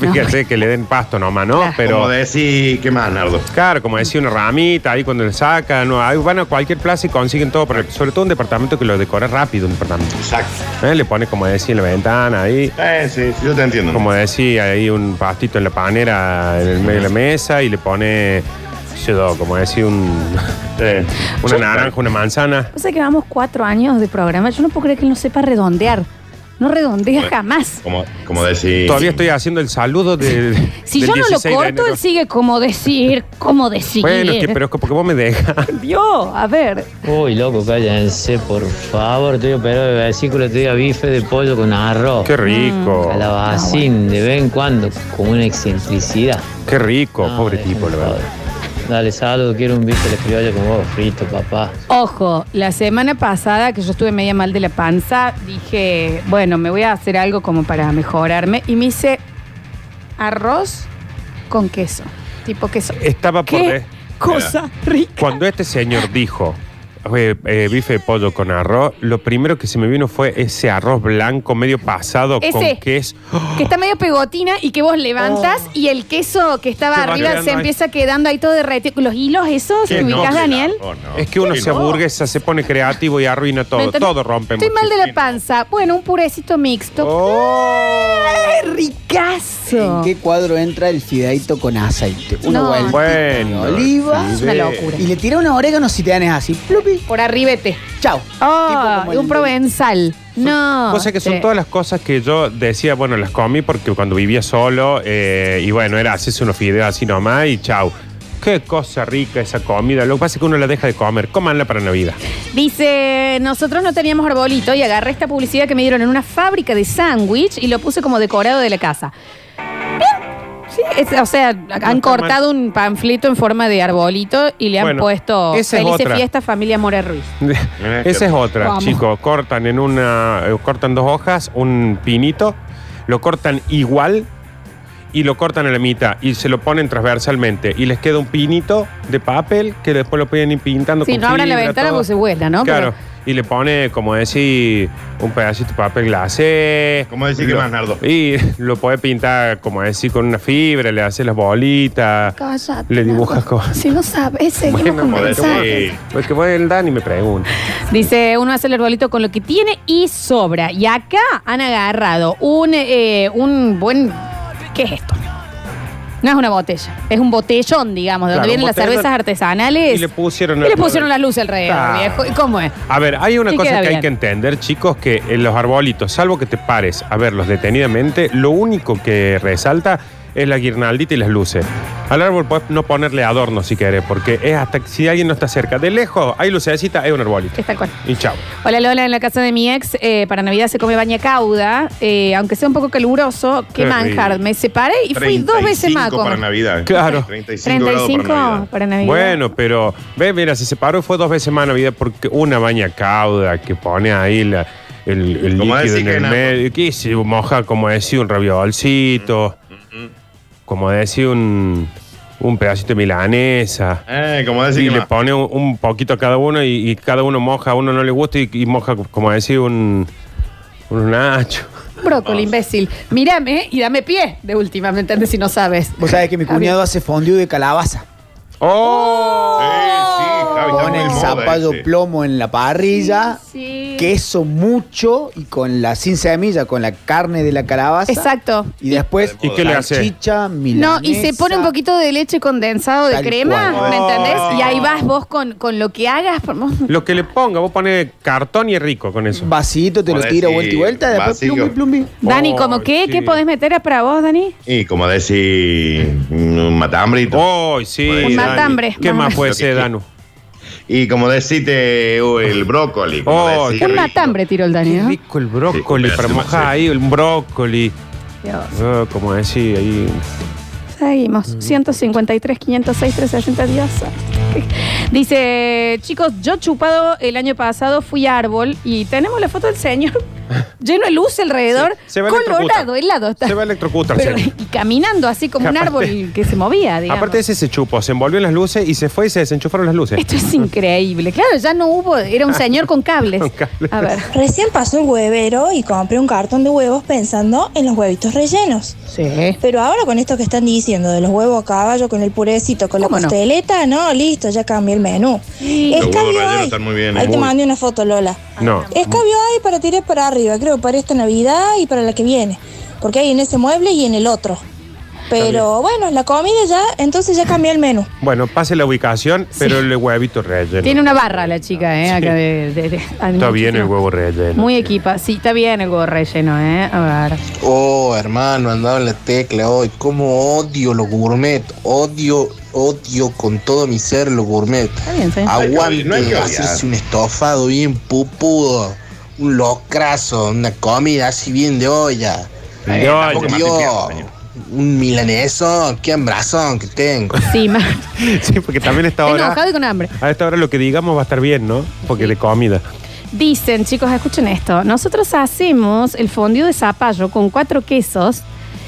C: No.
D: Fíjate que le den pasto nomás, ¿no?
C: Claro.
D: Pero...
F: Como decir, ¿qué más, Nardo?
D: Claro, como decía, una ramita ahí cuando le sacan, o ahí van a cualquier plaza y consiguen todo, pero sobre todo un departamento que lo decora rápido, un departamento.
F: Exacto.
D: ¿Eh? Le pone, como decía, en la ventana ahí,
F: Eh, sí, sí, yo te entiendo.
D: como decía, ahí un pastito en la panera en el medio de la mesa y le pone, qué sé yo, como decía, un,
F: Eh,
D: una naranja, una manzana.
C: O sea que vamos cuatro años de programa. Yo no puedo creer que él no sepa redondear. No redondea jamás.
F: Como, como decir.
D: Todavía estoy haciendo el saludo de.
C: Si
D: del
C: yo no lo
D: 16 de
C: corto,
D: enero.
C: él sigue como decir, como decir.
D: Bueno, es que, pero es que porque vos me dejas.
C: Dios, a ver.
J: Uy, loco, cállense, por favor. Estoy operado de vesícula, estoy a bife de pollo con arroz.
D: Qué
C: Mm,
D: rico.
J: Calabacín, de vez en cuando, como una excentricidad.
D: Qué rico,
J: No,
D: pobre
J: déjame
D: tipo, la
J: en
D: verdad.
J: paz. Dale, saludo, quiero un bife de criolla con huevo frito, papá.
C: Ojo, la semana pasada que yo estuve media mal de la panza, dije, bueno, me voy a hacer algo como para mejorarme. Y me hice arroz con queso. Tipo queso.
D: Estaba por.
C: ¿Qué cosa rica?
D: Cuando este señor dijo eh, eh, bife de pollo con arroz, lo primero que se me vino fue ese arroz blanco medio pasado
C: Ese.
D: con queso.
C: Que está medio pegotina y que vos levantas
B: Oh.
C: y el queso que estaba
D: Se va
C: arriba
D: quedando
C: se
D: ahí.
C: empieza quedando ahí todo derretido. Los hilos esos,
F: Qué
C: ¿te ubicas,
F: noble,
C: Daniel?
F: Nardo, no.
D: Es que uno
F: Sí,
D: se
F: no.
D: aburguesa, se pone creativo y arruina todo.
C: Entonces,
D: Todo rompe.
C: Estoy mal de la
F: muchísimo.
C: panza. Bueno, un purecito mixto.
D: Oh.
C: ¡Ay, ricazo!
B: ¿En qué cuadro entra el fideito con aceite? Una
C: No.
B: vueltita
D: Bueno,
B: de oliva.
C: Es una locura.
B: Y le tira una orégano si te dan así. Plupi.
C: Por arribete.
B: Chao. Tipo
C: ¡Oh!
B: como
C: y un
B: el-
C: provenzal. No.
D: Cosa que son
C: Sí.
D: todas las cosas que yo decía, bueno, las comí porque cuando vivía solo, eh, y bueno, era hacerse unos fideos así nomás y chau. Qué cosa rica esa comida. Lo que pasa es que uno la deja de comer. Cómanla para Navidad.
C: Dice, nosotros no teníamos arbolito y agarré esta publicidad que me dieron en una fábrica de sándwich y lo puse como decorado de la casa. Bien. Sí, es- o sea, han cortado un panfleto en forma de arbolito y le han
D: Bueno,
C: puesto
D: esa es
C: Felices
D: otra.
C: Fiesta Familia Mora Ruiz.
F: eh,
D: Esa es otra,
C: Vamos.
D: chicos. Cortan en una. eh, cortan dos hojas, un pinito, lo cortan igual y lo cortan a la mitad y se lo ponen transversalmente y les queda un pinito de papel que después lo pueden ir pintando
C: Si
D: con
C: no abren la
D: fibra,
C: ventana
D: todo.
C: porque se vuela, ¿no?
D: Claro. Y le pone, como decir, un pedacito de papel glacé.
F: ¿Cómo decir que
D: Lo-
F: más, Nardo?
D: Y lo puede pintar, como decir, con una fibra, le hace las bolitas.
E: Cállate,
D: Le dibujas
E: Nardo.
D: cosas.
E: Si no sabes, seguimos
D: Bueno,
E: con
F: modelo, eh.
E: mensajes.
F: sí.
D: Porque voy el Dani me pregunta.
C: Pero- Dice, uno hace el arbolito con lo que tiene y sobra. Y acá han agarrado un, eh, un buen... ¿Qué es esto? No es una botella, es un botellón, digamos, de
D: Claro,
C: donde vienen
D: un
C: las
D: botellón.
C: cervezas artesanales.
D: Y le pusieron
C: Y
D: el-
C: le pusieron las luces alrededor,
D: Claro.
C: viejo. ¿Y cómo es?
D: A ver, hay una
C: Y
D: cosa que
C: queda
D: hay
C: bien.
D: que entender, chicos, que en los arbolitos, salvo que te pares a verlos detenidamente, lo único que resalta es la guirnaldita y las luces. Al árbol puedes no ponerle adorno si querés, porque es hasta que- si alguien no está cerca. De lejos hay lucecita, es un arbolito.
C: Es tal cual.
D: Y chao.
C: Hola Lola, en la casa de mi ex, eh, para Navidad se come baña cauda, eh, aunque sea un poco caluroso, que
D: Qué
C: manjar.
D: rico.
C: Me separé y fui dos veces más a
F: 35 para
C: comer.
F: Navidad. eh.
D: Claro.
F: 35, grados
C: 35
F: para Navidad.
C: para Navidad.
D: Bueno, pero ve, mira, se separó y fue dos veces más a Navidad porque una baña cauda que pone ahí la- el, el
F: Como
D: líquido
F: decir
D: en
F: que
D: el
F: no.
D: medio, que se moja, como decía, un raviolcito,
F: Mm,
D: como decía, un, un pedacito de milanesa.
F: Eh, como decir
D: Y
F: que
D: le
F: más.
D: pone un, un poquito a cada uno y, y cada uno moja, a uno no le gusta y, y moja, como decía, un, un nacho.
C: Brócoli, imbécil. Mírame y dame pie de última, ¿me entiendes? Si no sabes.
B: Vos sabés que mi cuñado hace fondue de calabaza.
D: ¡Oh!
F: Oh. Sí, sí, Javi, está muy
B: Pone el
F: de moda
B: zapallo
F: ese.
B: plomo en la parrilla,
C: Sí.
B: queso mucho y con la sin semilla, con la carne de la calabaza.
C: Exacto.
B: Y después
D: ¿Y qué le hace?
B: salchicha,
C: No,
B: milanesa.
C: y se pone un poquito de leche condensado de
B: Tal
C: crema,
B: cual.
C: ¿me
F: Oh.
C: entendés? Y ahí vas vos con, con lo que hagas. por-
D: Lo que le ponga, vos pones cartón y es rico con eso.
B: Vasito, te lo
F: Podés
B: tiro
F: ir
B: vuelta y vuelta, después
F: vacío.
B: plumbi, plumbi.
C: Dani,
D: Oh,
C: ¿cómo qué?
D: sí.
C: ¿Qué podés meter para vos, Dani?
F: Y como decir un matambrito.
D: ¡Oh, sí!
F: Un
D: Dani.
C: matambre.
D: ¿Qué más
C: Matambre.
D: puede
F: Lo que
D: ser,
F: quiera.
D: Danu?
F: Y como decirte uh, el brócoli. como
D: Oh,
F: decir
D: qué
C: Un
F: rico.
C: matambre tiró el Dani,
D: Qué
C: ¿no?
D: rico el
F: Sí, con
D: brócoli,
F: pedazo
D: para
F: de
D: mojar
F: manceta.
D: ahí un brócoli.
C: Dios.
D: Ah, como decía ahí.
C: Seguimos. 153, 506, 360 días. Dice, chicos, yo chupado el año pasado fui árbol y tenemos la foto del señor lleno de luz alrededor,
D: Se- se va a
C: colorado,
D: electrocutar.
C: helado está.
D: Se va a electrocutar,
C: Pero-
D: señor.
C: Y caminando así como un
D: Aparte-
C: árbol que se movía, digamos.
D: Aparte ese se chupó, se envolvió en las luces y se fue y se desenchufaron las luces.
C: Esto es increíble. Claro, ya no hubo, era un señor con cables.
D: Con cables.
C: A ver.
K: Recién pasó el huevero y compré un cartón de huevos pensando en los huevitos rellenos.
C: Sí.
K: Pero ahora con esto que están diciendo de los huevos a caballo, con el purecito, con la
C: ¿Cómo no?
K: costeleta, no? listo, ya cambié el menú.
F: Los
K: Escabio
F: huevos rellenos
K: hay.
F: están muy bien. eh.
K: Ahí te
F: Muy-
K: mandé una foto, Lola.
D: No.
K: Escabio hay para tirar para arriba, creo, para esta Navidad y para la que viene. Porque hay en ese mueble y en el otro. Pero bueno, la comida ya, entonces ya cambié el menú.
D: Bueno, pase la ubicación, pero el huevito relleno.
C: Tiene una barra la chica, ¿eh? Acá de, de- de-
D: Está bien el huevo relleno.
C: Muy equipa. Sí, está bien el huevo relleno, ¿eh? A ver.
I: Oh, hermano, andaba en la tecla hoy. Cómo odio lo gourmet. Odio, odio con todo mi ser lo gourmet.
C: Está bien, sí.
I: Aguante,
F: No hay que odiar.
I: hacerse un estofado bien pupudo, un locrazo, una comida así bien de olla.
D: De olla.
F: tampoco
D: Dios.
F: más
I: Dios,
F: limpiado,
I: un milaneso, qué hambrazón que tengo.
D: Ah.
C: Sí, ma-
D: Sí, porque también está
C: Está
D: ahora.
C: enojado y con hambre.
D: A esta hora lo que digamos va a estar bien, ¿no? Porque de comida.
C: Dicen, chicos, escuchen esto. Nosotros hacemos el fondido de zapallo con cuatro quesos.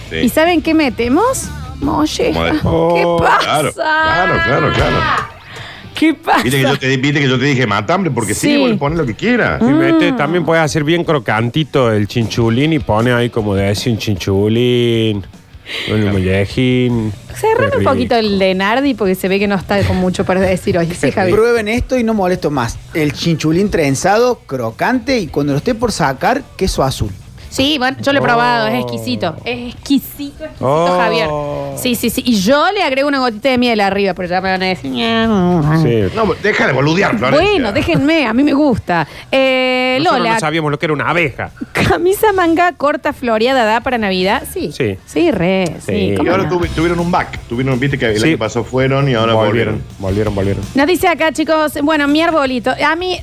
F: Sí.
C: ¿Y saben qué metemos? Molleja.
F: Molleja.
D: Oh,
C: ¿Qué pasa?
F: Claro, claro, claro, claro.
C: ¿Qué pasa?
F: Viste que, yo te, viste que yo te dije matambre porque sí,
C: Sí.
F: vos le pones lo que quieras.
D: Y mete-
C: Ah.
D: también puedes hacer bien crocantito el chinchulín y pone ahí como de ese un chinchulín, un mollejín.
C: Cerrame
D: Qué
C: un
D: rico.
C: poquito el de Nardi porque se ve que no está con mucho para decir hoy. Sí, Javi.
B: Prueben esto y no molesto más. El chinchulín trenzado, crocante y cuando lo esté por sacar, queso azul.
C: Sí, bueno, yo lo he
D: Oh.
C: probado, es exquisito. Es exquisito, exquisito,
D: Oh.
C: Javier. Sí, sí, sí. Y yo le agrego una gotita de miel arriba, pero ya me van a decir.
D: Sí.
F: No, deja de boludear, Florencia.
C: Bueno, déjenme, a mí me gusta. Eh,
D: Nosotros
C: Lola,
D: no sabíamos lo que era una abeja.
C: camisa manga corta floreada da para Navidad. Sí.
D: Sí.
C: Sí, re. Sí.
D: Sí.
F: Y
C: ¿cómo
F: ahora
C: no?
F: tuvi- tuvieron un back. Tuvieron, viste que el
D: Sí.
F: año pasado fueron y ahora volvieron.
D: Volvieron, volvieron.
C: Nos dice acá, chicos, bueno, mi arbolito. A mí, eh,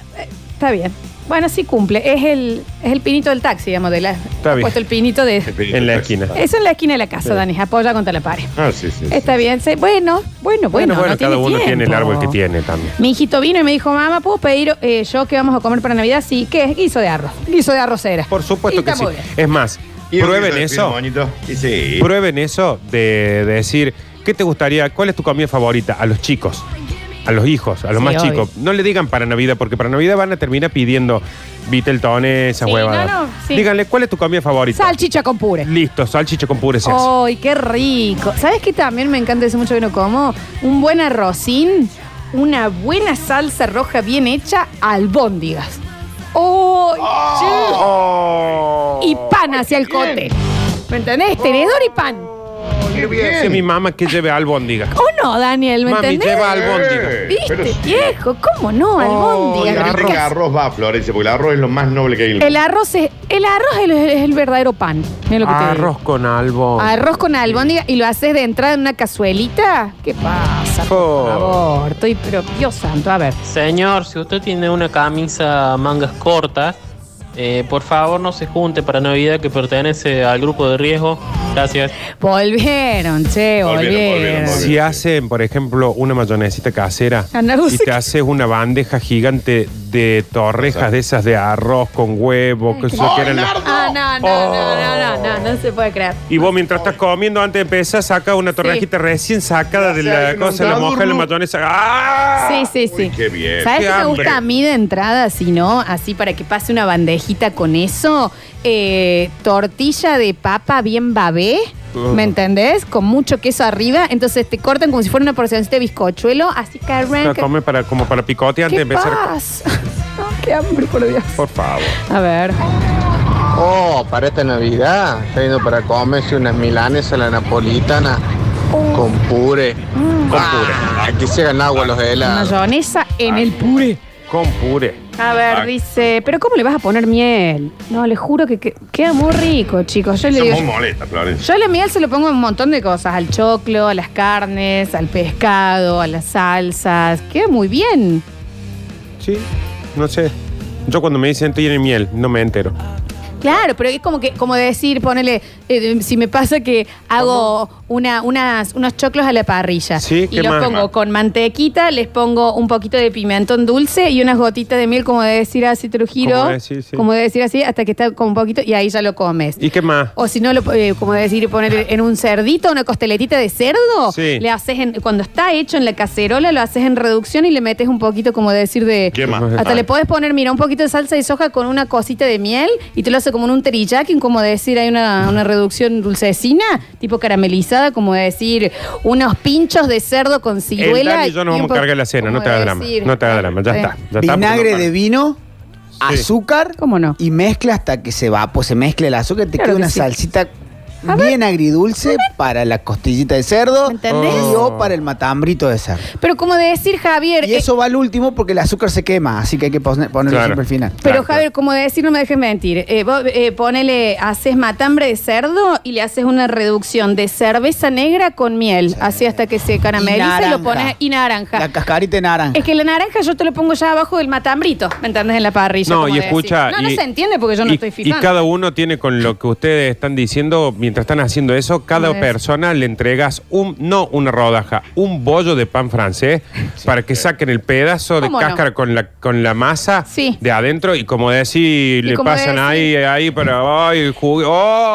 C: está bien. Bueno, sí cumple. Es el, es el pinito del taxi, digamos, de la.
D: Está
C: ha
D: bien.
C: puesto el pinito de.
D: En la esquina.
C: Eso en la esquina de la casa, Dani. Apoya contra la pared.
F: Ah, sí, sí. sí.
C: Está bien, sí. bueno, bueno, bueno.
D: Bueno, bueno,
C: no
D: cada uno tiene el
C: tiempo.
D: árbol que tiene también.
C: Mi hijito vino y me dijo, mamá, ¿puedo pedir eh, yo qué vamos a comer para Navidad? Sí, ¿qué es? Guiso de arroz. Guiso de arrocera.
D: Por
C: Y
D: supuesto que
C: está
D: sí.
C: muy bien.
D: Es más,
F: ¿Y un
D: Prueben
F: guiso de
D: eso.
F: pino bonito? Y sí.
D: Prueben eso de, de decir, ¿qué te gustaría? ¿Cuál es tu comida favorita? A los chicos, a los hijos, a los
C: Sí,
D: más
C: obvio.
D: chicos. No le digan para Navidad, porque para Navidad van a terminar pidiendo Viteltones, esas
C: Sí,
D: huevadas.
C: no, no, sí.
D: Díganle, ¿cuál es tu comida favorita?
C: Salchicha con puré.
D: Listo, salchicha con puré se hace.
C: ¡Ay, qué rico! ¿Sabes qué también me encanta hace mucho que no como? Un buen arrocín, una buena salsa roja bien hecha, albóndigas. ¡Oh!
D: Ah.
F: Oh.
C: Y pan hacia el cote. ¿Me entendés? Tenedor y pan.
F: Qué
D: Dice mi mamá que lleve albóndiga.
C: ¿O no, Daniel? ¿Me
D: Mami,
C: entendés?
D: lleva albóndiga.
C: ¿Viste,
F: Pero sí.
C: viejo? ¿Cómo no?
F: Oh,
C: Albóndiga.
F: la gente que
C: ricas.
F: arroz va, Florencia, porque el arroz es lo más noble que hay en el
C: El arroz es el, arroz es el, es el verdadero pan. Mirá lo que te digo.
D: Arroz con albóndiga.
C: Arroz con albóndiga y lo haces de entrada en una cazuelita. ¿Qué pasa? Por favor, estoy, pero Dios santo, a ver.
L: Señor, si usted tiene una camisa mangas cortas, eh, por favor no se junte para Navidad que pertenece al grupo de riesgo. Gracias.
C: Volvieron, che, volvieron.
D: Si hacen, por ejemplo, una mayonesita casera
C: Ana Lucy.
D: y te haces una bandeja gigante de torrejas de esas de arroz con huevo, que eso que eran las-
C: Ah, no, no, no, no, no, no, no se puede creer.
D: Y vos mientras estás comiendo, antes de empezar, saca una torrejita recién sacada de la
F: Gracias,
D: cosa, la
F: inundador,
D: moja en la
F: ¿no?
D: mayonesa. ¡Ah!
C: Sí, sí, sí.
F: Qué bien.
C: ¿Sabes
F: Qué
C: qué me
F: hambre.
C: gusta a mí de entrada, si no? Así para que pase una bandejita con eso. Eh, tortilla de papa bien babé.
E: Mm.
C: ¿Me entendés? Con mucho queso arriba. Entonces te cortan como si fuera una porcioncita de bizcochuelo. Así que
D: La
C: arranca.
D: come para, como para picote antes
C: ¿Qué
D: de empezar.
C: pasa? qué hambre, por Dios.
D: Por favor.
C: A ver.
I: Oh, para esta Navidad, está yendo para comerse unas milanes a la napolitana
C: Uh.
I: con puré.
C: Mm.
I: Con puré. aquí se ganan agua los
J: Ah.
I: helados.
C: Mayonesa en el puré.
D: Con puré.
C: A ver, dice, ¿pero cómo le vas a poner miel? No, le juro que que- queda muy rico, chicos. Yo le
F: Eso
C: digo.
F: es muy molesta, Florencia.
C: Yo la miel se lo pongo en un montón de cosas, al choclo, a las carnes, al pescado, a las salsas. Queda muy bien.
D: Sí, no sé. Yo cuando me dicen tiene miel, no me entero.
C: Claro, pero es como que, como decir, ponele, eh, si me pasa que hago una, unas, unos choclos a la parrilla
D: Sí,
C: y
D: ¿qué
C: los
D: más?
C: pongo con mantequita, les pongo un poquito de pimentón dulce y unas gotitas de miel, como de decir así, te lo giro,
D: Como de decir, sí.
C: como de decir así, hasta que está con un poquito y ahí ya lo comes.
D: ¿Y qué más?
C: O si no, lo, eh, como decir, poner en un cerdito, una costeletita de cerdo,
D: Sí.
C: le haces en, cuando está hecho en la cacerola, lo haces en reducción y le metes un poquito, como decir, de...
F: ¿Qué más?
C: Hasta
D: Ah.
C: le puedes poner, mira, un poquito de salsa de soja con una cosita de miel y te lo hace como en un teriyaki, como decir, hay una, una reducción dulcecina, tipo caramelizada, como decir, unos pinchos de cerdo con
D: El
C: ciruela.
D: Dani y yo nos
C: y un
D: vamos
C: po-
D: a cargar la cena, no
C: como
D: te hagas drama.
C: decir. eh,
D: No te hagas drama, ya
C: Sí.
D: está. ya está,
B: Vinagre
D: porque no
B: de
D: para.
B: vino,
D: Sí.
B: azúcar. Y mezcla hasta que se va. Pues se mezcla el azúcar, te
C: Claro
B: queda
C: que
B: una
C: sí.
B: salsita
C: A ver.
B: bien agridulce para la costillita de cerdo.
C: entendés?
B: Y o para el matambrito de cerdo.
C: Pero como decir, Javier...
B: Y
C: eh,
B: eso va al último porque el azúcar se quema, así que hay que pone- ponerlo
D: Claro.
B: siempre al final.
C: Pero Javier, como decir, no me dejes mentir. Eh, vos, eh, ponele, haces matambre de cerdo y le haces una reducción de cerveza negra con miel, así hasta que se carameliza y, lo
B: naranja.
C: pones y naranja.
B: La cascarita de naranja.
C: Es que la naranja yo te lo pongo ya abajo del matambrito, ¿me entendés? En la parrilla.
D: No,
C: como
D: y
C: decís.
D: escucha.
C: No, no
D: y-
C: se entiende porque yo no
D: y-
C: estoy fijando.
D: Y cada uno tiene con lo que ustedes están diciendo, mientras están haciendo eso, cada
C: ¿Cómo es?
D: persona le entregas un, no una rodaja, un bollo de pan francés para que saquen el pedazo de
C: ¿Cómo no?
D: cáscara con, la, con la masa
C: Sí.
D: de adentro y como decir,
C: Y
D: le
C: como
D: pasan ahí,
C: decir-
D: ahí para. ¡Ay, el jugo-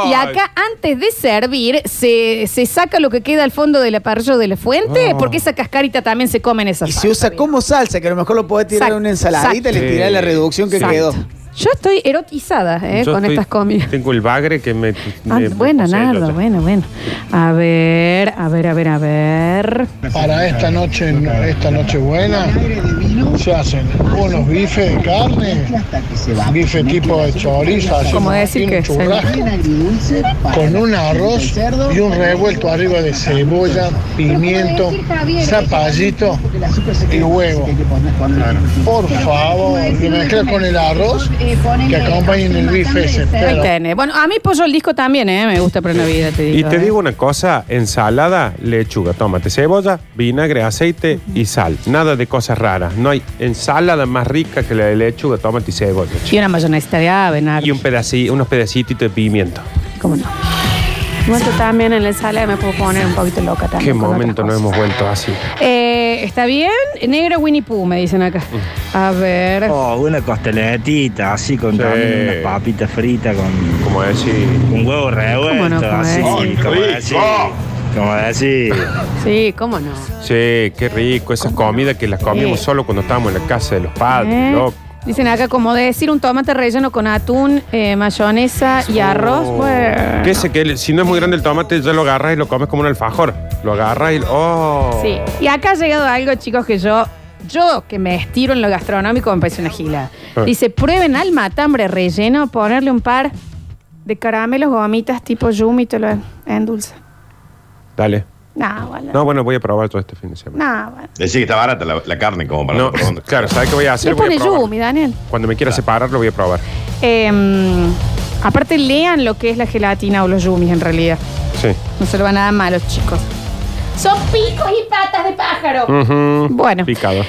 C: Y
D: ay!
C: acá, antes de servir, se, se saca lo que queda al fondo de la parrilla o de la fuente,
B: Oh.
C: porque esa cascarita también se come en esa
B: Y se usa como salsa, que a lo mejor lo podés tirar
C: Exacto,
B: en una ensaladita y le
D: exacto.
B: tirás la reducción que
D: Exacto.
B: quedó.
C: Yo estoy erotizada eh,
D: Yo
C: con
D: estoy-
C: estas comidas.
D: Tengo el bagre que me.
C: Ah,
D: me-
C: bueno,
D: posee, yo
C: Nardo,
D: ya.
C: bueno, bueno. A ver, a ver, a ver, a ver.
M: Para esta noche, esta noche buena, se hacen unos bifes de carne, bife tipo de chorizo, así
C: Como decir que
M: tiene churrasco, con un arroz y un revuelto arriba de cebolla, pimiento, zapallito y huevo. Por favor, lo mezclas con el arroz que acompañen el bife ese.
C: Ahí
M: pero-
C: tenés. Bueno, a mí pollo el disco también, ¿eh? Me gusta para Navidad, te digo.
D: Y te
C: ¿eh?
D: digo una cosa, ensalada, lechuga, tomate, cebolla, vinagre, aceite y sal. Nada de cosas raras. No hay ensalada más rica que la de lechuga, tomate y cebolla.
C: Y una mayonesa de ave, Nardo.
D: Y un pedaci- unos pedacitos de pimiento.
C: ¿Cómo no? Bueno, también en la sala me puedo poner un poquito loca también.
D: Qué
C: con otras
D: momento no
C: cosas.
D: hemos vuelto así.
C: Eh, ¿Está bien? Negro Winnie Pooh, me dicen acá.
D: Mm.
C: A ver.
N: Oh, una costeletita, así con también unas papitas fritas con.
D: Como decir.
N: Un huevo revuelto,
C: no? ¿Cómo
N: así.
C: decir?
N: Como decir. Como decir.
C: Sí, cómo no.
D: Sí, qué rico. Esas comidas que las comíamos
C: Sí.
D: solo cuando estábamos en la casa de los padres,
C: Eh,
D: Ah, loco.
C: Dicen acá, como decir un tomate relleno con atún, eh, mayonesa y arroz. pues. Bueno.
D: Que ese que el- si no Oh. es muy grande el tomate, ya lo agarras y lo comes como un alfajor. Lo agarras y. ¡Oh!
C: Sí. Y acá ha llegado algo, chicos, que yo, yo que me estiro en lo gastronómico, me parece una gila.
D: Ah.
C: Dice, prueben al matambre relleno, ponerle un par de caramelos, gomitas tipo yumi, te lo endulza.
D: Dale.
C: Nah, bueno.
D: No, bueno, voy a probar todo este fin de semana.
C: Nah, bueno.
F: Decía que está barata la, la carne como para
D: No, claro, ¿sabes qué voy a hacer?
C: Le
D: Voy a
C: pone
D: probar.
C: yumi, Daniel.
D: Cuando me quiera separar, lo voy a probar.
C: Eh, aparte, lean lo que es la gelatina o los yumis en realidad.
D: Sí.
C: No se lo van a dar malos, chicos. Son picos y patas de pájaro.
D: Ujú.
C: Bueno.
D: Picado.